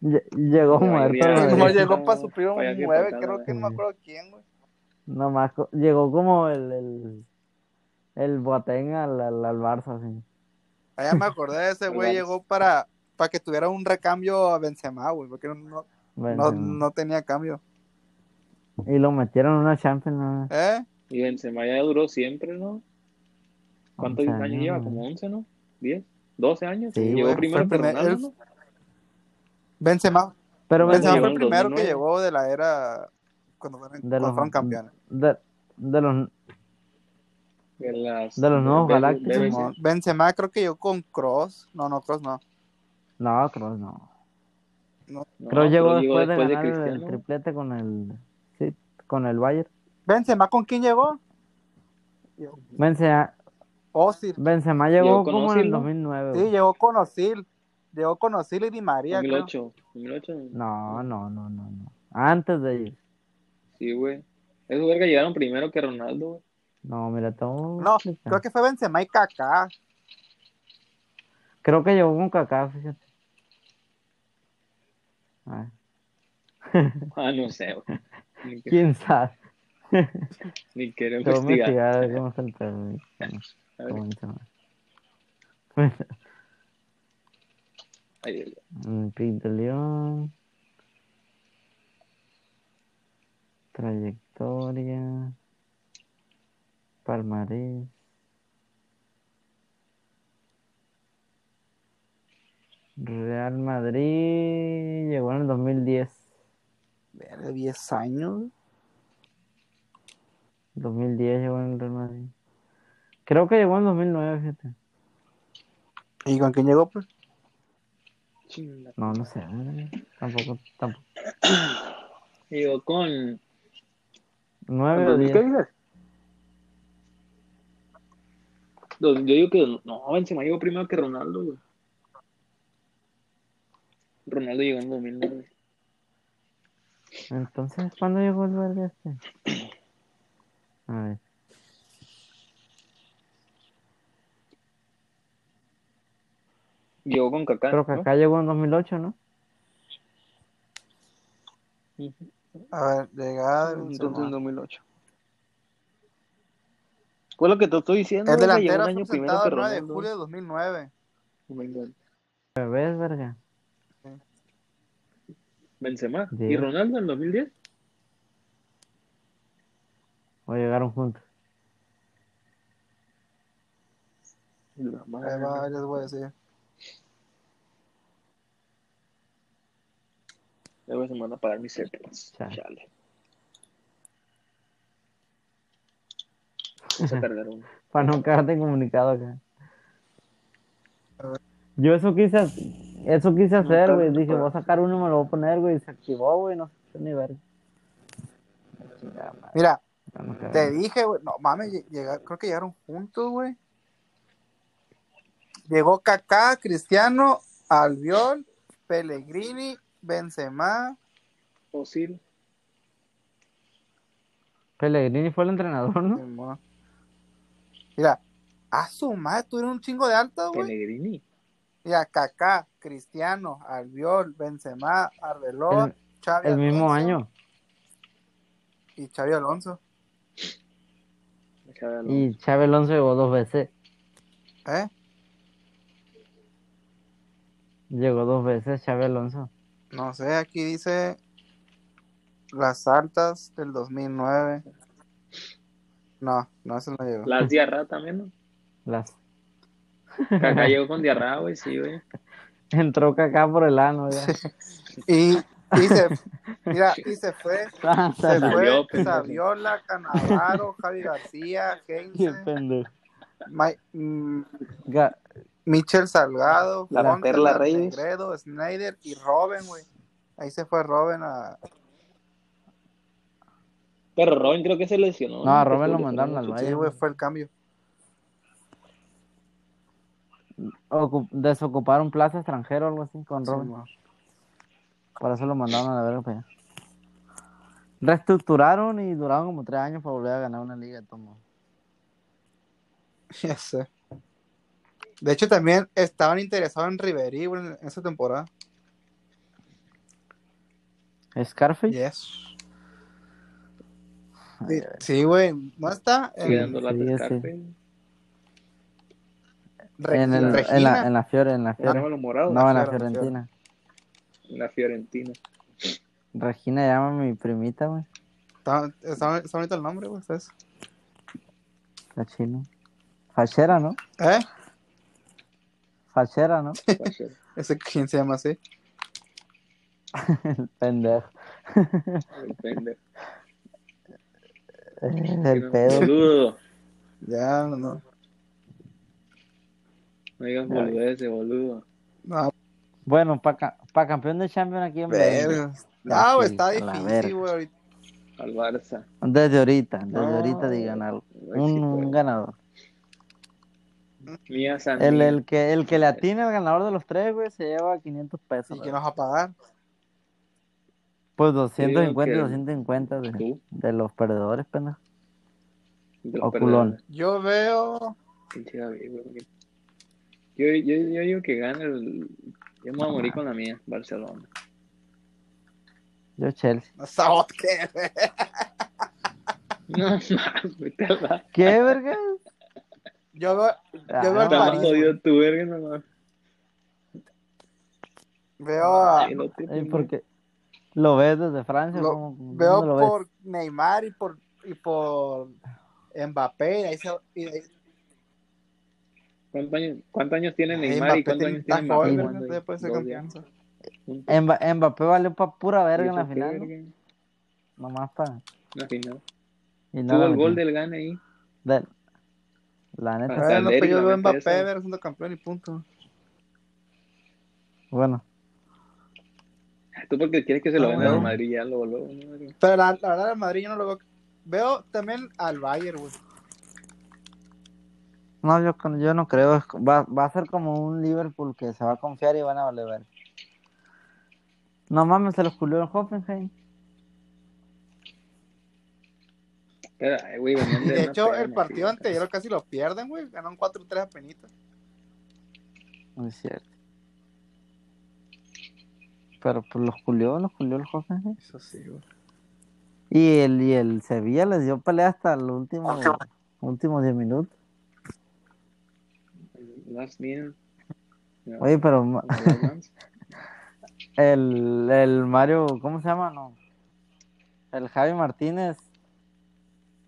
Lle- Llegó
De Bayern
muerto.
ya-
al
ay.
Madrid.
No
Madrid.
llegó para suplir un
Vaya que
9,
patada,
creo que no me acuerdo quién, güey.
No más, co- llegó como el, el, el Boateng al, al, al Barça, sí.
Ah, ya me acordé de ese güey,
Olvares.
llegó para, para que tuviera un recambio a Benzema, güey, porque no, no,
Bueno,
no, no tenía cambio.
Y lo metieron en una Champions. ¿no?
¿Eh?
Y Benzema ya duró siempre, ¿no? ¿Cuántos
Once
años,
años,
lleva?
güey.
¿Como 11, no? ¿10? ¿12 años?
Sí,
Llegó
güey,
primero
fue
que
el primer-
Ronaldo, ¿no?
Benzema,
Pero
Bueno,
Benzema
Benzema-
llegó
fue
en el
el primero
2009.
que llegó de la era cuando fueron,
de
cuando fueron
los,
campeones.
de, de los
De, las,
De los nuevos
de- de-
galácticos.
de-
Simón. Benzema creo que llegó con Cross, no, no, Cross no.
no, Kroos no.
no,
Kroos llegó
pero
después, de ganar el
Cristiano.
triplete con el sí, con el Bayern.
¿Benzema con quién llegó?
Benzema,
Ozil.
Benzema llegó
Llegó con
como en
Ozil,
el
¿no?
2009.
Sí,
güey.
llegó con Ozil. Llegó con Ozil y Di María, creo.
2008. 2008.
No, no, no, no, no. Antes de ellos.
Sí, güey. Esos verga llegaron primero que Ronaldo, güey.
No, mira, todo.
No, creo que fue Benzema y Kaká.
Creo que llegó con Kaká, fíjate. Ah,
Ah, no sé, güey. Ni,
[laughs]
que-
¿Quién sabe?
ni quiero
Te voy a
investigar.
investigar a ver cómo está el pedo, güey. Bueno,
[laughs] A ver,
está buenísimo.
ahí, ahí.
Mm, Pic de León. Trayectoria. Palmarés. Real Madrid llegó en el 2010.
Verga, 10 años.
2010 llegó en el Real Madrid. Creo que llegó en 2009, fíjate.
¿Y con quién llegó, pues?
Chinga.
No, no sé. güey. Tampoco, tampoco.
Llegó con.
9 o 10.
¿Qué dices? Yo digo que. No, Benzema llegó primero que Ronaldo, güey. Ronaldo llegó en 2009.
Entonces, ¿cuándo llegó el verde este? A ver.
Llegó con Kaká.
Creo que
¿no?
acá llegó en 2008, ¿no?
A ver, llegada de
Entonces
Benzema.
en 2008. Fue lo que te estoy diciendo.
El
verga, llegó
delantero
un
fue
año primero
presentado
que
el 9 de
Ronaldo.
julio de 2009.
Oh my God.
Al revés, verga.
Benzema.
Sí.
¿Y Ronaldo en 2010?
O llegaron juntos. [laughs]
La madre.
Ahí va, les voy a decir.
Luego se me van a pagar mis cervezas.
Chale.
Chale. Vamos a cargar uno.
Para no quedarte comunicado acá. Yo eso quise, ha- eso quise hacer,
claro,
güey. Dije,
claro.
voy a sacar uno y me lo voy a poner, güey. y Se activó, güey. No se escuchó ni verga. Chingada madre.
Mira,
Estamos
te
cagados.
dije, güey. No mames, lle- llega- creo que llegaron juntos, güey. Llegó Kaká, Cristiano, Albiol, Pellegrini, Benzema.
Osil,
Pellegrini fue el entrenador, ¿no?
Simón. Mira, a su madre tuvieron un chingo de altas, güey.
Pellegrini.
Mira, Kaká, Cristiano, Albiol, Benzema, Arbeloa,
El,
Xavi
el mismo
Alonso
año.
Y Xavi Alonso,
Xabi Alonso.
Y Chávez Alonso llegó dos veces.
¿eh?
Llegó dos veces Chávez Alonso.
No sé, aquí dice las altas del 2009. No, no, eso no llegó.
Las diarra también, ¿no?
Las... [laughs]
Kaká llegó con diarra, güey, sí, güey.
Entró Kaká por el ano. ya.
Y, y se, mira, y
[laughs]
se fue,
Ah,
se
Salió,
fue
pendejo.
Saviola, Canavaro, Javi García,
[laughs] Qué
Heinze,
pendejo.
Ma- mm,
Ga-
Michel Salgado,
La Perla Reyes.
Negredo, Snyder y Robin, güey. Ahí se fue Robin a...
Pero Robin creo que se lesionó.
No, a
Que
Robin
tuvo
lo
que
mandaron
poner
al
un
Bayern.
Sí, güey, fue el cambio.
ocu- desocuparon plaza extranjero o algo así con
Sí,
Robin.
mo.
Por eso lo mandaron a la verga para allá. Reestructuraron y duraron como tres años para volver a ganar una liga de todos modos.
[laughs] Ya sé. De hecho, también estaban interesados en Ribery, güey, en esa temporada.
Scarface.
Yes. Sí, Sí, güey. ¿No está? En
Sigue dando lata
Sí, Ah, sí.
Scarfe.
Re-
en, el- en
Regina.
la, en la Fiore, en la Fiore.
Dámelo morado.
no, en la
Fiore, la
Fiorentina.
La Fiorentina.
Regina llama a mi primita, güey.
Está, está- está bonito el nombre, güey. ¿sabes?
La china. Fachera, ¿no?
¿Eh?
Fachera, ¿no?
Fachero.
¿Ese quién se llama así?
El pendejo.
El pendejo.
El pedo.
Boludo.
Ya, no.
No digas boludeces, boludo.
No,
Bueno, para campeón de Champions aquí en Brasil.
verga. No, güey, está
a la
difícil,
verga.
güey. ahorita.
Al Barça.
Desde ahorita, desde
No,
ahorita digan algo.
no
Un,
existe,
un
güey.
ganador.
Mía
El,
Sandía.
el, que, el que le atina al ganador de los tres, güey, se lleva 500 pesos.
¿Y
güey.
quién nos va a pagar?
Pues 250
que-
250 de,
Tú.
de los perdedores, pendejo.
de los
O culón.
perdedores.
Yo veo.
Pinche David, güey, porque- Yo, yo, yo digo que gana el. Yo me voy a morir
Ah.
con la mía, Barcelona. [laughs]
Yo Chelsea.
No sabes qué, [laughs] güey.
No, mames, vete al Barça.
¿Qué, verga?
Yo veo,
Ah,
yo veo
no,
al
Está más
París. güey.
jodido tu verga, no mames.
Veo a.
Ay, no te-
Eh, porque lo ves desde Francia.
Lo-
¿cómo-
veo
dónde lo ves?
por Neymar y por y por Mbappé y ahí se, y ahí-
¿Cuántos años, cuántos años tiene
ahí
Neymar y
Mbappé
cuántos
tiene-
años tiene
está
Mbappé?
joven,
¿Cuántos
¿no?
años?
Después de
Dos
campeón.
ya. Un-
Mba- Mbappé valió para pura Eh, verga en
¿Y
la
eso qué
final, ¿no?
verga?
Nomás para.
La final.
Y no
Tuvo
la
el gol
metió.
del gane ahí.
Del- La neta.
Hasta
Ah, no, pero
Lery
yo
la
veo a
metió
Mbappé
esa.
ver siendo campeón y punto.
Bueno,
Tú porque quieres que se lo
Ah,
vendan
bueno.
a Madrid ya lo voló. ¿no, verga?
Pero la, la verdad, el Madrid yo no lo veo. Veo también al Bayern, güey.
no, yo, con- yo no creo. es co- Va, va a ser como un Liverpool que se va a confiar y van a valer verga. No mames, se los culió el Hoffenheim.
Pero, ay, eh, güey, venían
Y de
una
hecho,
pena,
el partido
sí.
anterior casi lo pierden, güey. Ganaron 4-3 apenitas.
[laughs] No es cierto. Pero pues, los culió, los culió el Hoffenheim.
Eso sí, güey.
Y el, y el Sevilla les dio pelea hasta el último, último 10 minutos.
Last minute. No,
Oye, pero ma-
no, no, no.
el, el Mario, ¿cómo se llama? No. El Javi Martínez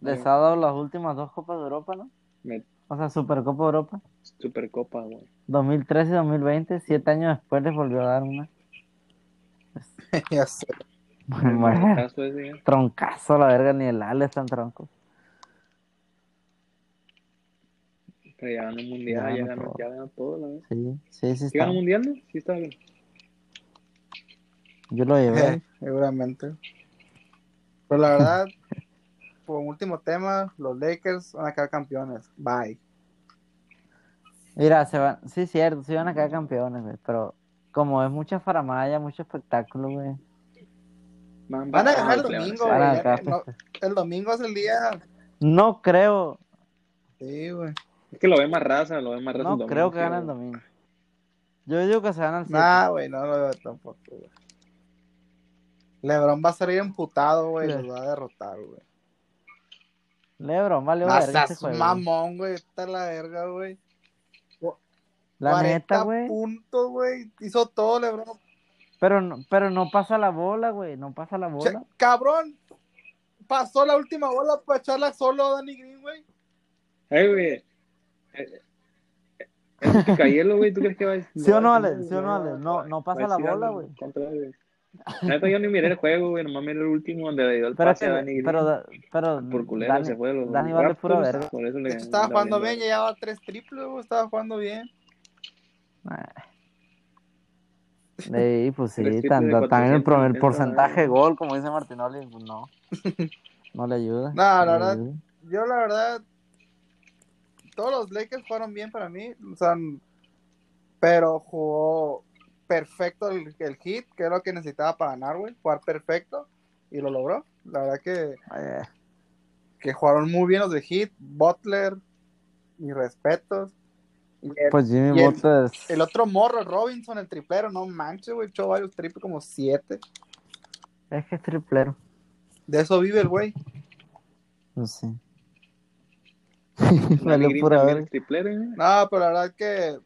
les
Mario.
ha dado las últimas dos Copas de Europa, ¿no?
Me-
O sea, Supercopa de Europa.
Supercopa, güey.
2013 y 2020, siete años después les volvió a dar
[laughs]
una.
ya sé.
El
[laughs] Bueno,
caso ese, ya.
Troncazo a la verga, ni el Ale es tan tronco.
Pero ya ganó un mundial,
Ya ganó
ya ganó,
todo.
ya ganó todo, la verdad.
Sí, sí, sí.
¿Sí
Está.
ganó mundial, no? Sí, está bien.
Yo lo llevé. [laughs]
Eh, seguramente. Pero la verdad, [laughs] por último tema, los Lakers van a quedar campeones. Bye.
Mira, se van, sí, cierto, se van a quedar campeones, güey, pero como es mucha faramaya, mucho espectáculo, güey.
Man,
Van a
va-
ganar el
le van a
domingo,
Van a
güey.
ganar.
No, el domingo es el día.
No creo,
Sí, güey.
Es que lo ve más raza, lo ve más raza.
no
el domingo,
creo que ganen el
güey.
domingo. Yo digo que se van al siete.
Nah, güey, no lo veo tampoco, güey. Lebron va a salir emputado, güey.
Sí.
Los va a derrotar, güey.
Lebron, vale,
No
verga
seas
ese juego.
mamón, güey. Está la verga, güey.
La
40
neta, güey.
puntos, güey. Hizo todo, Lebron.
Pero no, pero no pasa la bola, güey. No pasa la
Che,
bola.
cabrón. Pasó la última bola para echarla solo a Danny Green, güey.
Ay, güey. Eh, eh, Es un picayelo, güey. ¿Tú crees que va a
¿Sí o no,
va a-
Ale? ¿Sí o no, pues Ale? No- no pasa
va a
la
tirar
bola,
en
güey.
contra, güey. La neta, yo ni miré el juego, güey. Nomás miré el último donde le dio el
Pero,
pase a Danny Green.
pero, da- pero
por culero
Dani-
se fue. Los
Dani vale
Raptors,
pura verga.
Por eso le
De hecho, Este estaba
le
jugando
valió
bien. Llevaba tres triples, güey. Estaba jugando bien.
Sí, pues
Tres
sí,
triples de
tanto, también el, pro- el
470
porcentaje de
dólares.
gol, como dice Martinoli, pues
[laughs]
no. No le ayuda.
No, la
le
verdad,
ayuda.
Yo, la verdad, todos los Lakers fueron bien para mí. O sea, pero jugó perfecto el, el hit, que es lo que necesitaba para ganar, güey. Jugar perfecto y lo logró. La verdad que,
Eh,
que jugaron muy bien los de hit. Butler, mis respetos. Y el,
Pues Jimmy
y el-
Butler. es-
el otro morro, Robinson, el triplero, no manches, güey. Echó varios triples, como siete.
Es que es triplero.
De eso vive el güey.
No
[laughs]
sé.
Danny
[laughs] vale
Green
pura
también,
verga.
triplero, güey.
No, pero la verdad que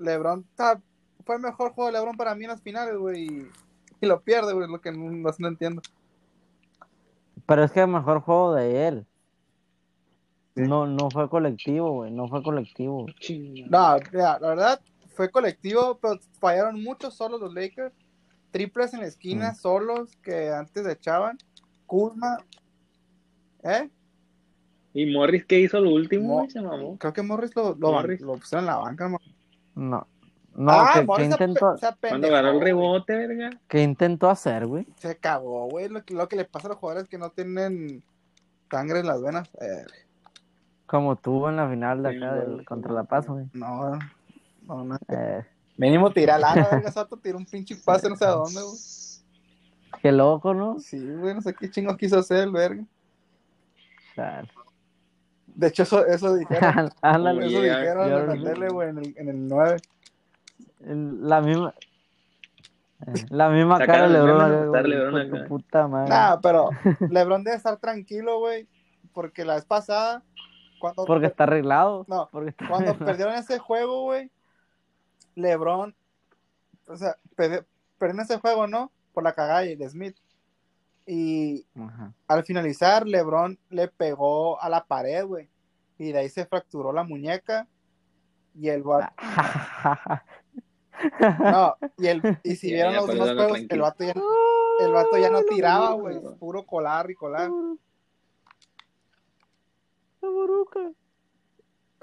LeBron está- fue el mejor juego de LeBron para mí en las finales, güey. Y, y lo pierde, güey, es lo que no, no- no entiendo.
Pero es que el mejor juego de él. No, no fue colectivo, güey. No fue colectivo. güey.
Chinga.
No, mira, la verdad fue colectivo, pero fallaron muchos solos los Lakers. Triples en la esquina,
Mm.
solos que antes echaban. Kuzma, ¿eh?
¿Y Morris qué hizo lo último,
Mo-
güey? Se mamó.
Creo que Morris lo, lo,
Morris.
lo pusieron en la banca. No,
No. No,
Ah,
que,
Morris se ape-
intentó,
se
Cuando
apendejó,
agarró el
güey.
rebote, verga.
¿qué intentó hacer, güey?
Se cagó, güey. Lo, que- lo que le pasa a los jugadores que no tienen sangre en las venas. Eh,
Como tuvo en la final de
Sí,
acá
güey,
del,
sí,
contra
güey.
La Paz, güey.
no, no, no.
Eh,
Mínimo tira lana, verga, Sato tira un pinche pase, no sé a dónde, güey.
qué loco, ¿no?
Sí, güey, no sé qué chingos quiso hacer el verga.
Chale.
De hecho, eso, eso
[laughs]
dijeron,
Ah, Ándale.
eso
Oye,
dijeron
yo
en la
lo-
tele, güey, en el, en el 9.
El- La misma. eh, La misma cara
Sacaron
de
el meme
Lebron. güey,
de estar
güey,
Lebron
por tu
acá.
puta madre.
Nah, pero LeBron debe estar tranquilo, güey, porque la vez pasada, cuando,
porque está arreglado.
No,
porque está [laughs]
cuando
arreglado.
perdieron ese juego, güey, LeBron, o sea, perdi- perdieron ese juego, ¿no? Por la cagada de Smith. Y,
[laughs] Ajá.
al finalizar, LeBron le pegó a la pared, güey. Y de ahí se fracturó la muñeca. Y el vato.
Ah.
No, y, el, y si [laughs]
Ya,
vieron
ya,
los
pues,
demás
dale,
juegos, el
tranquilo.
vato, ya, el vato ya Ah, no tiraba,
burro,
güey.
güey.
Puro colar y colar.
La buruca.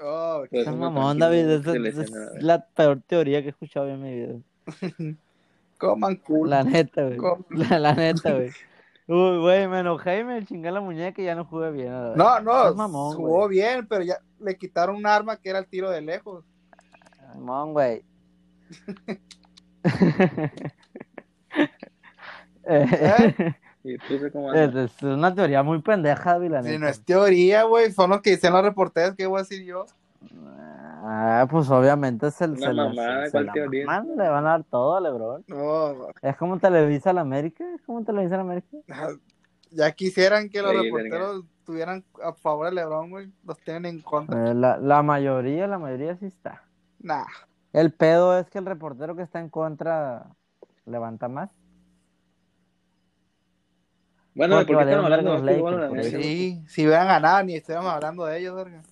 Oh,
Pues,
Estás
uno
mamón,
tranquilo,
David.
uno
Esa
se
esa
lesiona,
es
güey.
la peor teoría que he escuchado en mi vida.
coman cool.
La neta, güey.
¿Cómo?
[laughs] La, la neta, güey. Uy, güey, me enojé y me chingué la muñeca y ya no jugué bien. a la verga.
No,
Estás
no,
mamón,
jugó
güey.
bien, pero ya le quitaron un arma que era el tiro
[laughs]
de lejos.
Mamón,
[laughs]
güey. Eh,
Y tú sé cómo
es,
anda.
es una teoría muy pendeja, David, la
Si
neta.
no es teoría, güey, son los que dicen los reporteros, ¿qué voy a decir yo?
Ah, pues obviamente se,
Una
se la-
mamada,
se- se
¿cuál
la
teoría?
maman, le van a dar todo a LeBron.
No,
Es como Televisa la América, es como Televisa la América.
Ya quisieran que los
Sí,
reporteros tuvieran a favor de LeBron, güey. Los tienen en contra.
Eh, La, la mayoría, la mayoría sí está.
Nah.
El pedo es que el reportero que está en contra levanta más.
Bueno,
Porque
¿por qué están
valieron verga
hablando de
los
fútbol a la
Lakers, por
vez?
eso.
Sí, si hubieran ganado, ni estuviéramos hablando de ellos, verga.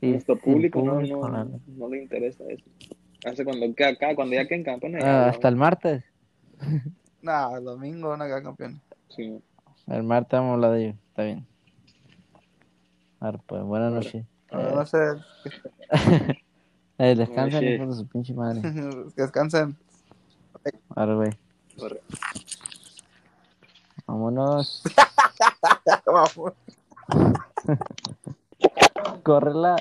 Sí,
Nuestro
sí,
público no,
público, la-
no, no le interesa eso. Hace cuando que acá, cuando ya queden campeones. ya
Ah,
hablamos.
hasta el martes.
Nah, el domingo van a quedar campeones.
Sí.
El martes vamos a hablar de ello, está bien. A ver, pues, buenas noches.
A ver, No sé, [laughs]
Eh, descansen,
noches.
hijos de su pinche madre.
que descansen.
Ahora, güey.
Corre.
Vámonos.
[laughs] Vamos.
Córrela.